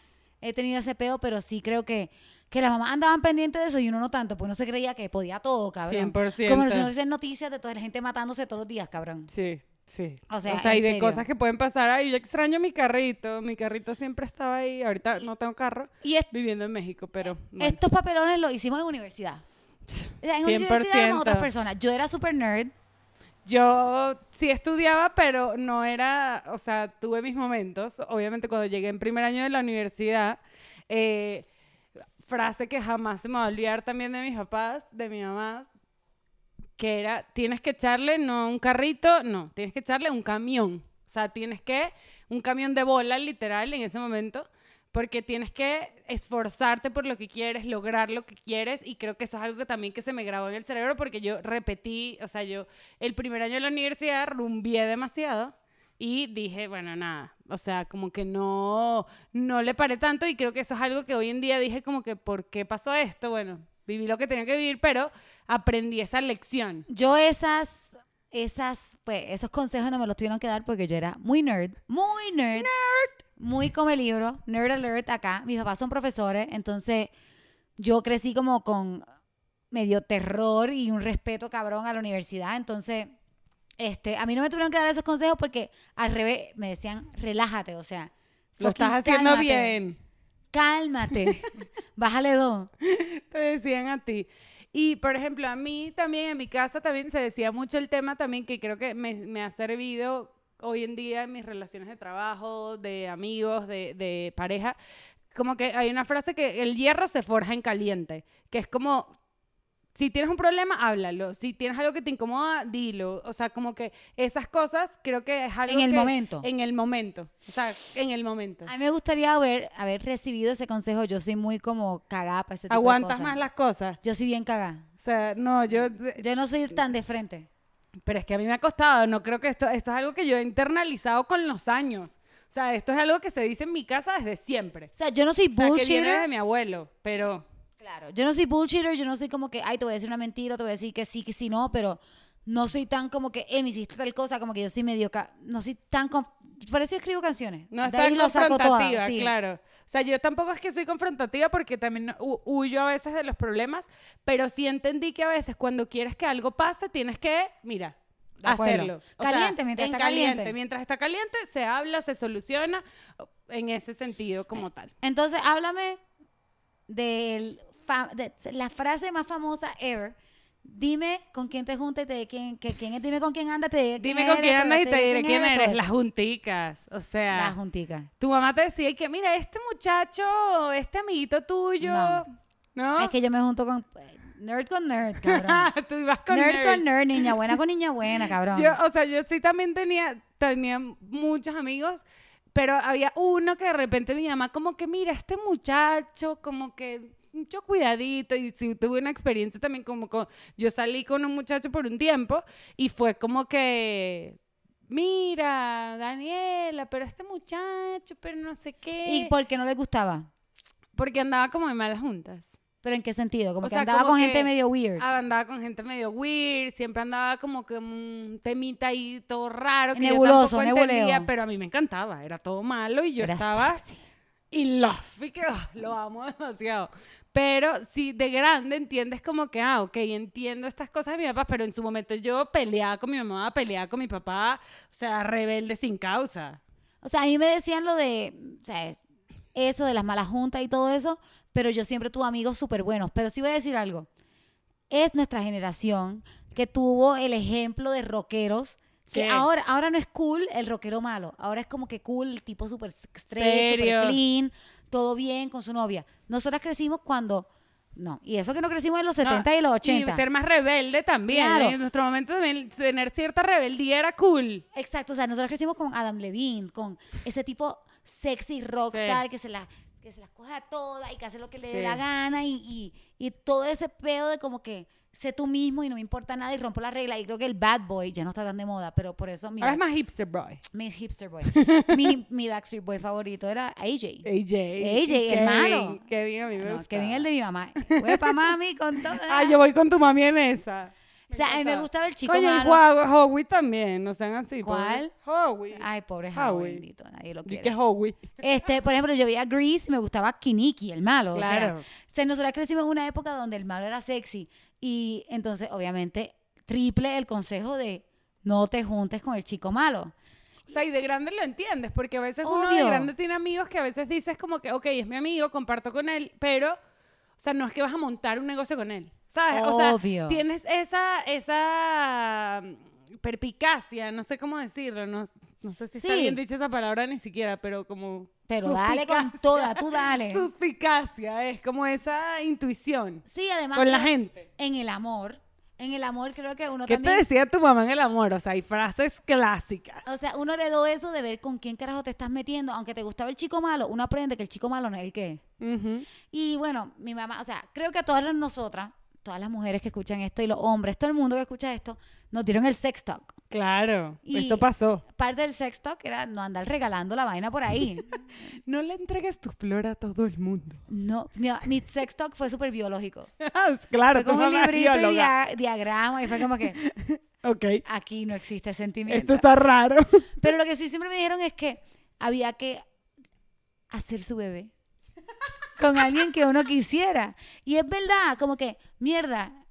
[SPEAKER 2] he tenido ese peo, pero sí creo que, que las mamás andaban pendientes de eso y uno no tanto, pues uno se creía que podía todo, cabrón.
[SPEAKER 1] 100%.
[SPEAKER 2] Como si no hubiesen noticias de toda la gente matándose todos los días, cabrón.
[SPEAKER 1] Sí, sí.
[SPEAKER 2] O sea,
[SPEAKER 1] y
[SPEAKER 2] en
[SPEAKER 1] de
[SPEAKER 2] serio.
[SPEAKER 1] cosas que pueden pasar. Ay, yo extraño mi carrito. Mi carrito siempre estaba ahí. Ahorita no tengo carro
[SPEAKER 2] Y es-
[SPEAKER 1] viviendo en México, pero bueno.
[SPEAKER 2] estos papelones los hicimos en universidad. O sea, en
[SPEAKER 1] 100%.
[SPEAKER 2] universidad éramos otras personas. Yo era super nerd.
[SPEAKER 1] Yo sí estudiaba, pero no era, o sea, tuve mis momentos. Obviamente cuando llegué en primer año de la universidad, eh, frase que jamás se me va a olvidar también de mis papás, de mi mamá, que era, tienes que echarle no un carrito, no, tienes que echarle un camión. O sea, tienes que, un camión de bola literal en ese momento, porque tienes que esforzarte por lo que quieres, lograr lo que quieres, y creo que eso es algo que también que se me grabó en el cerebro, porque yo repetí, o sea, yo el primer año de la universidad rumbié demasiado. Y dije, bueno, nada, o sea, como que no, no le paré tanto y creo que eso es algo que hoy en día dije como que, ¿por qué pasó esto? Bueno, viví lo que tenía que vivir, pero aprendí esa lección.
[SPEAKER 2] Yo esas, esas, pues, esos consejos no me los tuvieron que dar porque yo era muy nerd, muy nerd, muy come libro, nerd alert acá. Mis papás son profesores, entonces yo crecí como con medio terror y un respeto cabrón a la universidad, entonces, este, a mí no me tuvieron que dar esos consejos porque al revés me decían, relájate, o sea,
[SPEAKER 1] Lo
[SPEAKER 2] fucking
[SPEAKER 1] estás haciendo
[SPEAKER 2] cálmate,
[SPEAKER 1] bien,
[SPEAKER 2] Cálmate, bájale dos.
[SPEAKER 1] te decían a ti. Y, por ejemplo, a mí también, en mi casa también se decía mucho el tema también que creo que me, me ha servido hoy en día en mis relaciones de trabajo, de amigos, de, de pareja. Como que hay una frase que el hierro se forja en caliente, que es como si tienes un problema, háblalo. Si tienes algo que te incomoda, dilo. O sea, como que esas cosas creo que es algo
[SPEAKER 2] En el
[SPEAKER 1] que-
[SPEAKER 2] momento.
[SPEAKER 1] En el momento. O sea, en el momento.
[SPEAKER 2] A mí me gustaría haber, haber recibido ese consejo. Yo soy muy como cagada para ese este tipo de
[SPEAKER 1] Aguantas
[SPEAKER 2] cosas.
[SPEAKER 1] más las cosas.
[SPEAKER 2] Yo soy bien cagada.
[SPEAKER 1] O sea, no, yo...
[SPEAKER 2] Yo no soy tan de frente.
[SPEAKER 1] Pero es que a mí me ha costado, no creo que esto, esto es algo que yo he internalizado con los años. O sea, esto es algo que se dice en mi casa desde siempre.
[SPEAKER 2] O sea, yo no soy
[SPEAKER 1] O sea, que
[SPEAKER 2] bullshitter.
[SPEAKER 1] viene de mi abuelo, pero
[SPEAKER 2] Claro, yo no soy bullshitter, yo no soy como que, ay, te voy a decir una mentira, te voy a decir que sí, que sí, no, pero no soy tan como que, eh, me hiciste tal cosa, como que yo soy medio, ca- no soy tan, conf- por eso escribo canciones.
[SPEAKER 1] no
[SPEAKER 2] De
[SPEAKER 1] es
[SPEAKER 2] ahí
[SPEAKER 1] tan
[SPEAKER 2] lo saco toda,
[SPEAKER 1] confrontativa,
[SPEAKER 2] sí.
[SPEAKER 1] claro. O sea, yo tampoco es que soy confrontativa porque también no- hu- huyo a veces de los problemas, pero sí entendí que a veces cuando quieres que algo pase, tienes que, mira,
[SPEAKER 2] De acuerdo.
[SPEAKER 1] hacerlo. O sea,
[SPEAKER 2] Caliente, mientras
[SPEAKER 1] en
[SPEAKER 2] está caliente.
[SPEAKER 1] Mientras está caliente, se habla, se soluciona en ese sentido
[SPEAKER 2] Eh,
[SPEAKER 1] como tal.
[SPEAKER 2] Entonces, háblame del fa- de la frase más famosa ever. Dime con quién te juntas y te diré quién, que quién es. Dime con quién andas, te diré
[SPEAKER 1] Dime con quién
[SPEAKER 2] eres,
[SPEAKER 1] andas y te diré quién
[SPEAKER 2] todo
[SPEAKER 1] eres.
[SPEAKER 2] eso.
[SPEAKER 1] Las junticas. O sea,
[SPEAKER 2] La juntica.
[SPEAKER 1] tu mamá te decía que, mira, este muchacho, este amiguito tuyo.
[SPEAKER 2] No.
[SPEAKER 1] No.
[SPEAKER 2] Es que yo me junto con nerd con nerd, cabrón.
[SPEAKER 1] Tú ibas con
[SPEAKER 2] nerd
[SPEAKER 1] nerds.
[SPEAKER 2] con nerd, niña buena con niña buena, cabrón.
[SPEAKER 1] Yo, o sea, yo sí también tenía, tenía muchos amigos, pero había uno que de repente mi mamá como que, mira, este muchacho, como que mucho cuidadito y sí, tuve una experiencia también como con, yo salí con un muchacho por un tiempo y fue como que, mira, Daniela, pero este muchacho, pero no sé qué.
[SPEAKER 2] ¿Y por qué no les gustaba?
[SPEAKER 1] Porque andaba como en malas juntas.
[SPEAKER 2] ¿Pero en qué sentido? Como
[SPEAKER 1] O
[SPEAKER 2] que
[SPEAKER 1] sea,
[SPEAKER 2] andaba
[SPEAKER 1] como
[SPEAKER 2] con
[SPEAKER 1] que-
[SPEAKER 2] gente medio weird.
[SPEAKER 1] Ah, Andaba con gente medio weird, siempre andaba como que un temita ahí todo raro. Que yo
[SPEAKER 2] Nebuloso,
[SPEAKER 1] tampoco entendía,
[SPEAKER 2] nebuleo.
[SPEAKER 1] Pero a mí me encantaba, era todo malo y yo
[SPEAKER 2] Era
[SPEAKER 1] estaba
[SPEAKER 2] sexy.
[SPEAKER 1] in love, y que ah, lo amo demasiado. Pero si de grande entiendes como que, ah, ok, entiendo estas cosas de mi papá, pero en su momento yo peleaba con mi mamá, peleaba con mi papá, o sea, rebelde sin causa.
[SPEAKER 2] O sea, a mí me decían lo de, o sea, eso de las malas juntas y todo eso, pero yo siempre tuve amigos súper buenos. Pero sí voy a decir algo. Es nuestra generación que tuvo el ejemplo de rockeros.
[SPEAKER 1] Sí.
[SPEAKER 2] Que ahora, ahora no es cool el rockero malo. Ahora es como que cool el tipo súper straight, súper
[SPEAKER 1] Serio.
[SPEAKER 2] clean, todo bien con su novia. Nosotras crecimos cuando... No, y eso que no crecimos en los 70 y los 80.
[SPEAKER 1] Y ser más rebelde también.
[SPEAKER 2] Claro.
[SPEAKER 1] En nuestro momento también tener cierta rebeldía era cool.
[SPEAKER 2] Exacto, o sea, nosotros crecimos con Adam Levine, con ese tipo sexy rockstar que se la que se las coge a todas y que hace lo que le dé
[SPEAKER 1] Sí.
[SPEAKER 2] la gana y, y- y todo ese pedo de como que sé tú mismo y no me importa nada y rompo la regla. Y creo que el bad boy ya no está tan de moda, pero por eso mi,
[SPEAKER 1] Ahora es
[SPEAKER 2] back-
[SPEAKER 1] más hipster boy.
[SPEAKER 2] mi hipster boy, mi, mi Backstreet Boy favorito era AJ.
[SPEAKER 1] AJ.
[SPEAKER 2] AJ, el
[SPEAKER 1] Kevin,
[SPEAKER 2] malo.
[SPEAKER 1] Kevin, a mí me
[SPEAKER 2] No,
[SPEAKER 1] gustaba.
[SPEAKER 2] que bien el de mi mamá. Huepa, mami, con todo.
[SPEAKER 1] Ah, yo voy con tu mami en esa.
[SPEAKER 2] O sea, a mí me gustaba el chico
[SPEAKER 1] Coño, el
[SPEAKER 2] malo.
[SPEAKER 1] Huawei- Howie también, no sean así.
[SPEAKER 2] ¿Cuál? Ah,
[SPEAKER 1] pobre. Howie.
[SPEAKER 2] Ay, pobre
[SPEAKER 1] Howie.
[SPEAKER 2] Howie, bendito, nadie lo
[SPEAKER 1] Ah, Di
[SPEAKER 2] quiere.
[SPEAKER 1] que Howie.
[SPEAKER 2] Este, por ejemplo, yo veía Grease y me gustaba Kiniki, el malo.
[SPEAKER 1] Claro.
[SPEAKER 2] O sea, o sea, nosotras crecimos en una época donde el malo era sexy. Y entonces, obviamente, triple el consejo de no te juntes con el chico malo.
[SPEAKER 1] O sea, y de grande lo entiendes, porque a veces uno de
[SPEAKER 2] Obvio.
[SPEAKER 1] grande tiene amigos que a veces dices como que, ok, es mi amigo, comparto con él, pero, o sea, no es que vas a montar un negocio con él, ¿sabes? O sea,
[SPEAKER 2] Obvio.
[SPEAKER 1] tienes esa, esa mm, perpicacia, no sé cómo decirlo, no, no sé si está
[SPEAKER 2] Sí.
[SPEAKER 1] bien dicha esa palabra ni siquiera, pero como...
[SPEAKER 2] Pero dale con
[SPEAKER 1] suspicacia.
[SPEAKER 2] toda, tú dale.
[SPEAKER 1] Suspicacia, es como esa intuición
[SPEAKER 2] Sí, además.
[SPEAKER 1] con la
[SPEAKER 2] creo-
[SPEAKER 1] gente.
[SPEAKER 2] En el amor. En el amor creo que uno
[SPEAKER 1] ¿Qué
[SPEAKER 2] también.
[SPEAKER 1] te decía tu mamá en el amor? O sea, hay frases clásicas.
[SPEAKER 2] O sea, uno heredó eso de ver con quién carajo te estás metiendo. Aunque te gustaba el chico malo, uno aprende que el chico malo no es el que es.
[SPEAKER 1] Ujú.
[SPEAKER 2] Y bueno, mi mamá, o sea, creo que a todas las- nosotras, todas las mujeres que escuchan esto y los hombres, todo el mundo que escucha esto, nos dieron el sex talk.
[SPEAKER 1] Claro,
[SPEAKER 2] Y-
[SPEAKER 1] esto pasó.
[SPEAKER 2] Parte del sex talk era no andar regalando la vaina por ahí.
[SPEAKER 1] No le entregues tu flor a todo el mundo.
[SPEAKER 2] No, mi, mi sex talk fue súper biológico.
[SPEAKER 1] claro,
[SPEAKER 2] Fue
[SPEAKER 1] tú
[SPEAKER 2] como un
[SPEAKER 1] mamá es
[SPEAKER 2] librito y
[SPEAKER 1] bióloga.
[SPEAKER 2] dia- diagrama y fue como que
[SPEAKER 1] Ok,
[SPEAKER 2] aquí no existe sentimiento.
[SPEAKER 1] esto está raro.
[SPEAKER 2] Pero lo que sí siempre me dijeron es que había que hacer su bebé con alguien que uno quisiera. Y es verdad, como que, mierda,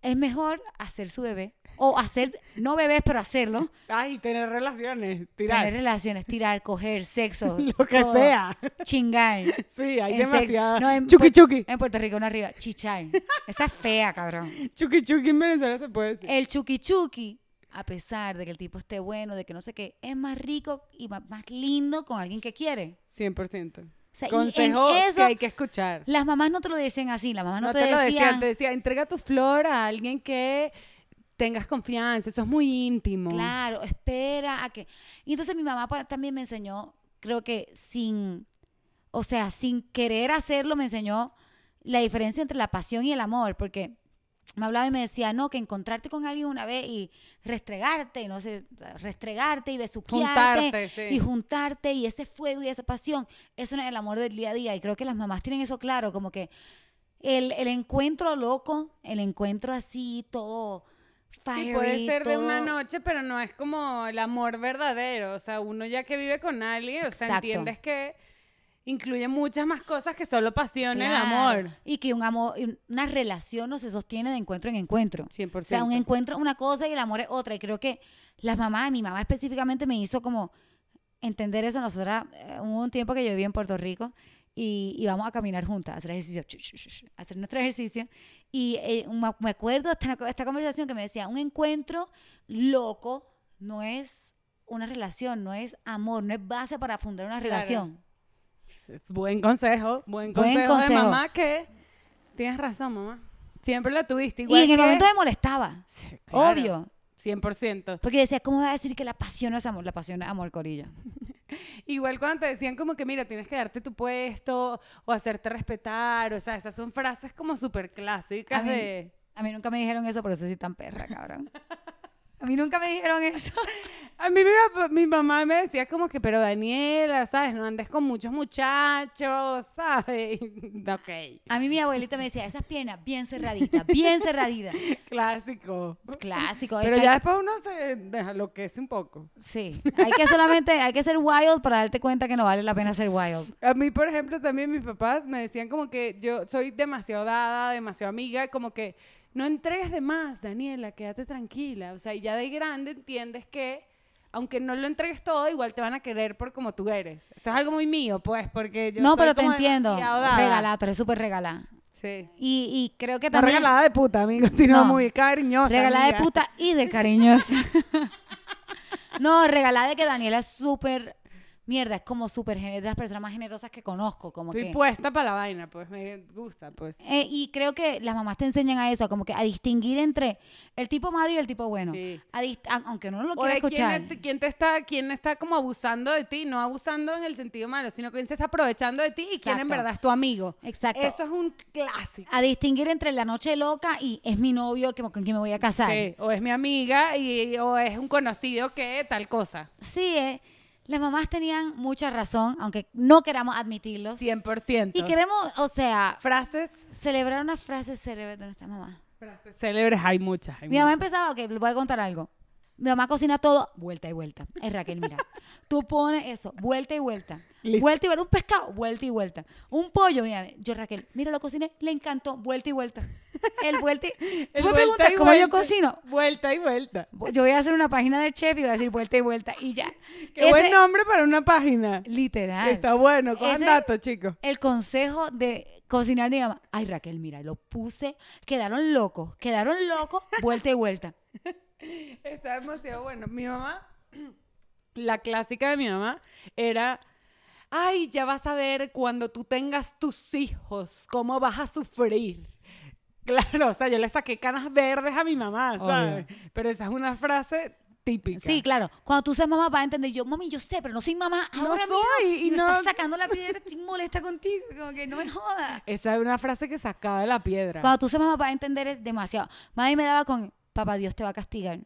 [SPEAKER 2] es mejor hacer su bebé o hacer, no bebés, pero hacerlo,
[SPEAKER 1] Ay, tener relaciones, tirar,
[SPEAKER 2] tener relaciones, tirar, coger, sexo,
[SPEAKER 1] lo que
[SPEAKER 2] todo,
[SPEAKER 1] sea.
[SPEAKER 2] chingar.
[SPEAKER 1] Sí, hay
[SPEAKER 2] En sex-
[SPEAKER 1] demasiada.
[SPEAKER 2] no, en-
[SPEAKER 1] chuki chuki.
[SPEAKER 2] En Puerto Rico, uno arriba, chichar. Esa es fea, cabrón.
[SPEAKER 1] Chuki chuki en Venezuela se puede decir.
[SPEAKER 2] El chuki chuki, a pesar de que el tipo esté bueno, de que no sé qué, es más rico y más- más lindo con alguien que quiere.
[SPEAKER 1] 100%.
[SPEAKER 2] O sea, y en
[SPEAKER 1] Consejo que
[SPEAKER 2] eso-
[SPEAKER 1] hay que escuchar.
[SPEAKER 2] Las mamás no te lo dicen así, las mamás no,
[SPEAKER 1] No
[SPEAKER 2] te,
[SPEAKER 1] te, lo decían,
[SPEAKER 2] decían.
[SPEAKER 1] te decía, entrega tu flor a alguien que tengas confianza, eso es muy íntimo.
[SPEAKER 2] Claro, espera a que. Y entonces mi mamá pa- también me enseñó, creo que sin, o sea, sin querer hacerlo, me enseñó la diferencia entre la pasión y el amor, porque me hablaba y me decía, no, que encontrarte con alguien una vez y restregarte, y no sé, restregarte y besuquearte.
[SPEAKER 1] Juntarte, sí.
[SPEAKER 2] y juntarte y ese fuego y esa pasión, eso no es el amor del día a día. Y creo que las mamás tienen eso claro, como que el, el encuentro loco, el encuentro así, todo fiery,
[SPEAKER 1] Sí, puede ser de una
[SPEAKER 2] todo-
[SPEAKER 1] noche, pero no es como el amor verdadero. O sea, uno ya que vive con alguien, o sea,
[SPEAKER 2] Exacto.
[SPEAKER 1] entiendes que incluye muchas más cosas que solo pasión el
[SPEAKER 2] Claro.
[SPEAKER 1] amor.
[SPEAKER 2] Y que un amor, una relación no se sostiene de encuentro en encuentro.
[SPEAKER 1] 100%.
[SPEAKER 2] O sea, un encuentro es una cosa y el amor es otra. Y creo que las mamás, mi mamá específicamente me hizo como entender eso. Nosotras, eh, hubo un tiempo que yo viví en Puerto Rico y íbamos a caminar juntas, a hacer ejercicio, chu, chu, chu, chu, a hacer nuestro ejercicio. Y eh, me- me acuerdo esta, esta conversación que me decía, un encuentro loco no es una relación, no es amor, no es base para fundar una
[SPEAKER 1] Claro.
[SPEAKER 2] relación.
[SPEAKER 1] Buen consejo, buen
[SPEAKER 2] Buen
[SPEAKER 1] consejo, de
[SPEAKER 2] consejo.
[SPEAKER 1] mamá que tienes razón, mamá. Siempre la tuviste.
[SPEAKER 2] Y
[SPEAKER 1] Igual
[SPEAKER 2] en el
[SPEAKER 1] que-
[SPEAKER 2] momento me molestaba,
[SPEAKER 1] Sí, claro,
[SPEAKER 2] obvio.
[SPEAKER 1] 100%.
[SPEAKER 2] Porque decía, ¿cómo va a decir que la pasión no es amor? La pasión es amor, Corilla.
[SPEAKER 1] Igual cuando te decían como que, mira, tienes que darte tu puesto o hacerte respetar. O sea, esas son frases como súper clásicas
[SPEAKER 2] A mí-
[SPEAKER 1] de...
[SPEAKER 2] A mí nunca me dijeron eso, por eso soy tan perra, cabrón. A mí nunca me dijeron eso.
[SPEAKER 1] A mí mi, papá- mi mamá me decía como que, pero Daniela, ¿sabes? No andes con muchos muchachos, ¿sabes? ok,
[SPEAKER 2] A mí mi abuelita me decía, esas piernas bien cerraditas, bien cerraditas.
[SPEAKER 1] clásico.
[SPEAKER 2] Clásico. es
[SPEAKER 1] Pero
[SPEAKER 2] que
[SPEAKER 1] ya
[SPEAKER 2] hay-
[SPEAKER 1] después uno se desaloquece un poco.
[SPEAKER 2] Sí, hay que solamente, hay que ser wild para darte cuenta que no vale la pena ser wild.
[SPEAKER 1] A mí, por ejemplo, también mis papás me decían como que yo soy demasiado dada, demasiado amiga, como que no entregues de más, Daniela, quédate tranquila. O sea, y ya de grande entiendes que aunque no lo entregues todo, igual te van a querer por como tú eres. Eso es algo muy mío, pues, porque yo
[SPEAKER 2] no,
[SPEAKER 1] soy
[SPEAKER 2] pero te
[SPEAKER 1] como
[SPEAKER 2] entiendo.
[SPEAKER 1] demasiado dada.
[SPEAKER 2] Regalada, tú eres súper regalada.
[SPEAKER 1] Sí.
[SPEAKER 2] Y, y creo que
[SPEAKER 1] No
[SPEAKER 2] también...
[SPEAKER 1] regalada de puta, amigo, sino
[SPEAKER 2] No.
[SPEAKER 1] muy cariñosa.
[SPEAKER 2] Regalada de
[SPEAKER 1] amiga.
[SPEAKER 2] puta y de cariñosa. no, regalada de que Daniela es súper mierda, es como súper gener- de las personas más generosas que conozco, como
[SPEAKER 1] Estoy
[SPEAKER 2] que...
[SPEAKER 1] puesta para la vaina, pues me gusta, pues.
[SPEAKER 2] Eh, y creo que las mamás te enseñan a eso, como que a distinguir entre el tipo malo y el tipo bueno.
[SPEAKER 1] Sí.
[SPEAKER 2] A dist- a- aunque no lo
[SPEAKER 1] O
[SPEAKER 2] quiera
[SPEAKER 1] de
[SPEAKER 2] escuchar.
[SPEAKER 1] quién, te- quién te está, quién está como abusando de ti, no abusando en el sentido malo, sino quién se está aprovechando de ti y quién en
[SPEAKER 2] Exacto.
[SPEAKER 1] verdad es tu amigo.
[SPEAKER 2] Exacto.
[SPEAKER 1] Eso es un clásico.
[SPEAKER 2] A distinguir entre la noche loca y es mi novio que, con quien me voy a casar.
[SPEAKER 1] Sí, o es mi amiga y, o es un conocido que tal cosa.
[SPEAKER 2] Sí, eh, las mamás tenían mucha razón, aunque no queramos admitirlo.
[SPEAKER 1] 100%.
[SPEAKER 2] Y queremos, o sea,
[SPEAKER 1] frases,
[SPEAKER 2] celebrar una frase célebre de nuestra mamá.
[SPEAKER 1] frases célebres hay muchas. hay
[SPEAKER 2] Mi mamá
[SPEAKER 1] muchas.
[SPEAKER 2] empezaba, ok, les voy a contar algo. Mi mamá cocina todo, vuelta y vuelta. Es Raquel, mira. Tú pones eso, vuelta y vuelta.
[SPEAKER 1] Listo.
[SPEAKER 2] Vuelta y vuelta. Un pescado, vuelta y vuelta. Un pollo, mira, yo Raquel, mira, lo cociné, le encantó, vuelta y vuelta. El vuelta y...
[SPEAKER 1] El
[SPEAKER 2] Tú me
[SPEAKER 1] vuelta
[SPEAKER 2] preguntas
[SPEAKER 1] y
[SPEAKER 2] cómo yo
[SPEAKER 1] vuelta,
[SPEAKER 2] cocino.
[SPEAKER 1] Vuelta y vuelta.
[SPEAKER 2] Yo voy a hacer una página del chef y voy a decir vuelta y vuelta y ya.
[SPEAKER 1] Qué
[SPEAKER 2] Ese-
[SPEAKER 1] buen nombre para una página.
[SPEAKER 2] Literal.
[SPEAKER 1] Está bueno, cojan
[SPEAKER 2] Ese-
[SPEAKER 1] datos, chicos.
[SPEAKER 2] el consejo de cocinar de mi mamá. Ay, Raquel, mira, lo puse, quedaron locos, quedaron locos, vuelta y vuelta.
[SPEAKER 1] Está demasiado bueno. Mi mamá, la clásica de mi mamá era, ay, ya vas a ver cuando tú tengas tus hijos, cómo vas a sufrir. Claro, o sea, yo le saqué canas verdes a mi mamá, ¿sabes? Pero esa es una frase típica.
[SPEAKER 2] Sí, claro. Cuando tú seas mamá vas a entender. Yo, mami, yo sé, pero no soy mamá
[SPEAKER 1] No
[SPEAKER 2] ahora mismo.
[SPEAKER 1] soy, y
[SPEAKER 2] me
[SPEAKER 1] no-
[SPEAKER 2] estás sacando la piedra, estoy molesta contigo, como que no me jodas.
[SPEAKER 1] Esa es una frase que sacaba de la piedra.
[SPEAKER 2] Cuando tú seas mamá vas a entender es demasiado. Mami me daba con, papá, Dios te va a castigar.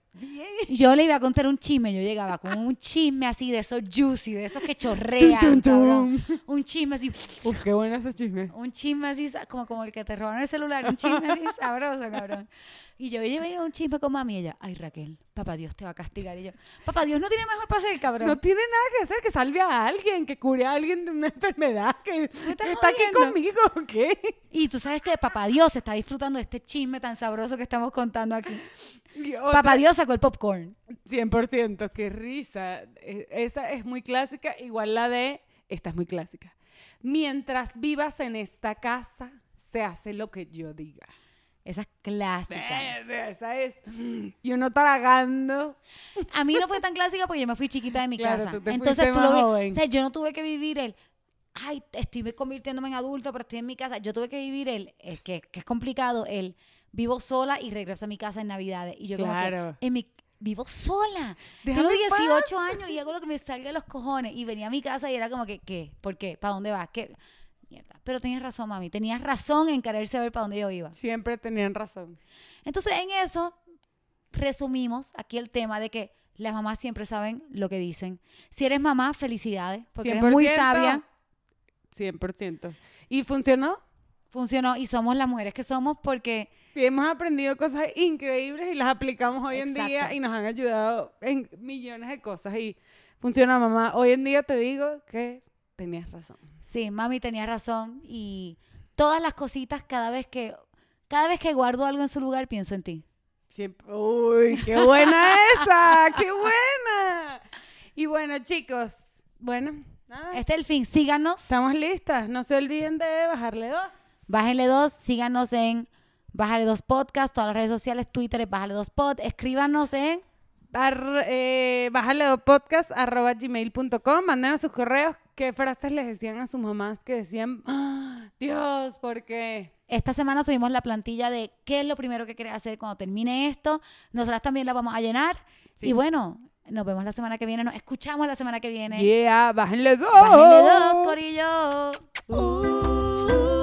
[SPEAKER 2] Yo le iba a contar un chisme, yo llegaba con un chisme así de esos juicy, de esos que chorrean,
[SPEAKER 1] chun,
[SPEAKER 2] cabrón. Un chisme así...
[SPEAKER 1] Uf, qué bueno ese chisme.
[SPEAKER 2] Un chisme así, sa- como, como el que te robaron el celular, un chisme así sabroso, cabrón. Y yo llevé un chisme con mami y ella, ay Raquel, papá Dios te va a castigar. Y yo, papá Dios no tiene mejor para hacer, cabrón.
[SPEAKER 1] No tiene nada que hacer que salve a alguien, que cure a alguien de una enfermedad, que
[SPEAKER 2] estás
[SPEAKER 1] está aquí
[SPEAKER 2] jodiendo.
[SPEAKER 1] conmigo, ¿o ¿qué?
[SPEAKER 2] Y tú sabes que papá Dios está disfrutando de este chisme tan sabroso que estamos contando aquí.
[SPEAKER 1] Y otra-
[SPEAKER 2] Papá Dios sacó el popcorn.
[SPEAKER 1] 100%, qué risa. E- Esa es muy clásica, igual la de, esta es muy clásica. Mientras vivas en esta casa, se hace lo que yo diga.
[SPEAKER 2] Esa es clásica.
[SPEAKER 1] Verde, Esa es. Y uno tragando.
[SPEAKER 2] A mí no fue tan clásica porque yo me fui chiquita de mi
[SPEAKER 1] Claro,
[SPEAKER 2] casa.
[SPEAKER 1] tú te
[SPEAKER 2] Entonces
[SPEAKER 1] fuiste
[SPEAKER 2] tú lo
[SPEAKER 1] más
[SPEAKER 2] vi-
[SPEAKER 1] joven.
[SPEAKER 2] O sea, yo no tuve que vivir el. Ay, te- estoy me- convirtiéndome en adulta, pero estoy en mi casa. Yo tuve que vivir el. el que, que es complicado, el. Vivo sola y regreso a mi casa en Navidades. Y yo, como que,
[SPEAKER 1] Claro.
[SPEAKER 2] en mi, vivo sola.
[SPEAKER 1] Déjame
[SPEAKER 2] Tengo
[SPEAKER 1] en paz.
[SPEAKER 2] 18 años y hago lo que me salga de los cojones. Y venía a mi casa y era como que, ¿qué? ¿Por qué? ¿Para dónde vas? ¿Qué? Mierda. Pero tenías razón, mami. Tenías razón en querer saber para dónde yo iba.
[SPEAKER 1] Siempre tenían razón.
[SPEAKER 2] Entonces, en eso resumimos aquí el tema de que las mamás siempre saben lo que dicen. Si eres mamá, felicidades, porque eres muy
[SPEAKER 1] 100%.
[SPEAKER 2] sabia.
[SPEAKER 1] 100%. ¿Y funcionó?
[SPEAKER 2] Funcionó y somos las mujeres que somos porque
[SPEAKER 1] Y hemos aprendido cosas increíbles y las aplicamos hoy en día
[SPEAKER 2] Exacto.
[SPEAKER 1] y nos han ayudado en millones de cosas. Y funciona, mamá. Hoy en día te digo que tenías razón.
[SPEAKER 2] sí, mami tenía razón y todas las cositas cada vez que cada vez que guardo algo en su lugar pienso en ti.
[SPEAKER 1] Siempre- Uy, qué buena esa, qué buena. Y bueno, chicos, bueno, nada,
[SPEAKER 2] Este es el fin. Síganos,
[SPEAKER 1] estamos listas. No se olviden de bajarle dos.
[SPEAKER 2] bájenle dos, síganos en Bájale dos podcast, todas las redes sociales, Twitter, es Bájale dos pod, escríbanos en
[SPEAKER 1] Ar- eh, bájale dos podcast arroba gmail.com. Mándenos sus correos. ¿Qué frases les decían a sus mamás que decían, "Ah, Dios, ¿por qué?
[SPEAKER 2] Esta semana subimos la plantilla de qué es lo primero que quieres hacer cuando termine esto. Nosotras también la vamos a llenar.
[SPEAKER 1] Sí.
[SPEAKER 2] Y bueno, nos vemos la semana que viene, nos escuchamos la semana que viene.
[SPEAKER 1] Yeah, bájenle dos.
[SPEAKER 2] Bájenle dos, Corillo. Uh.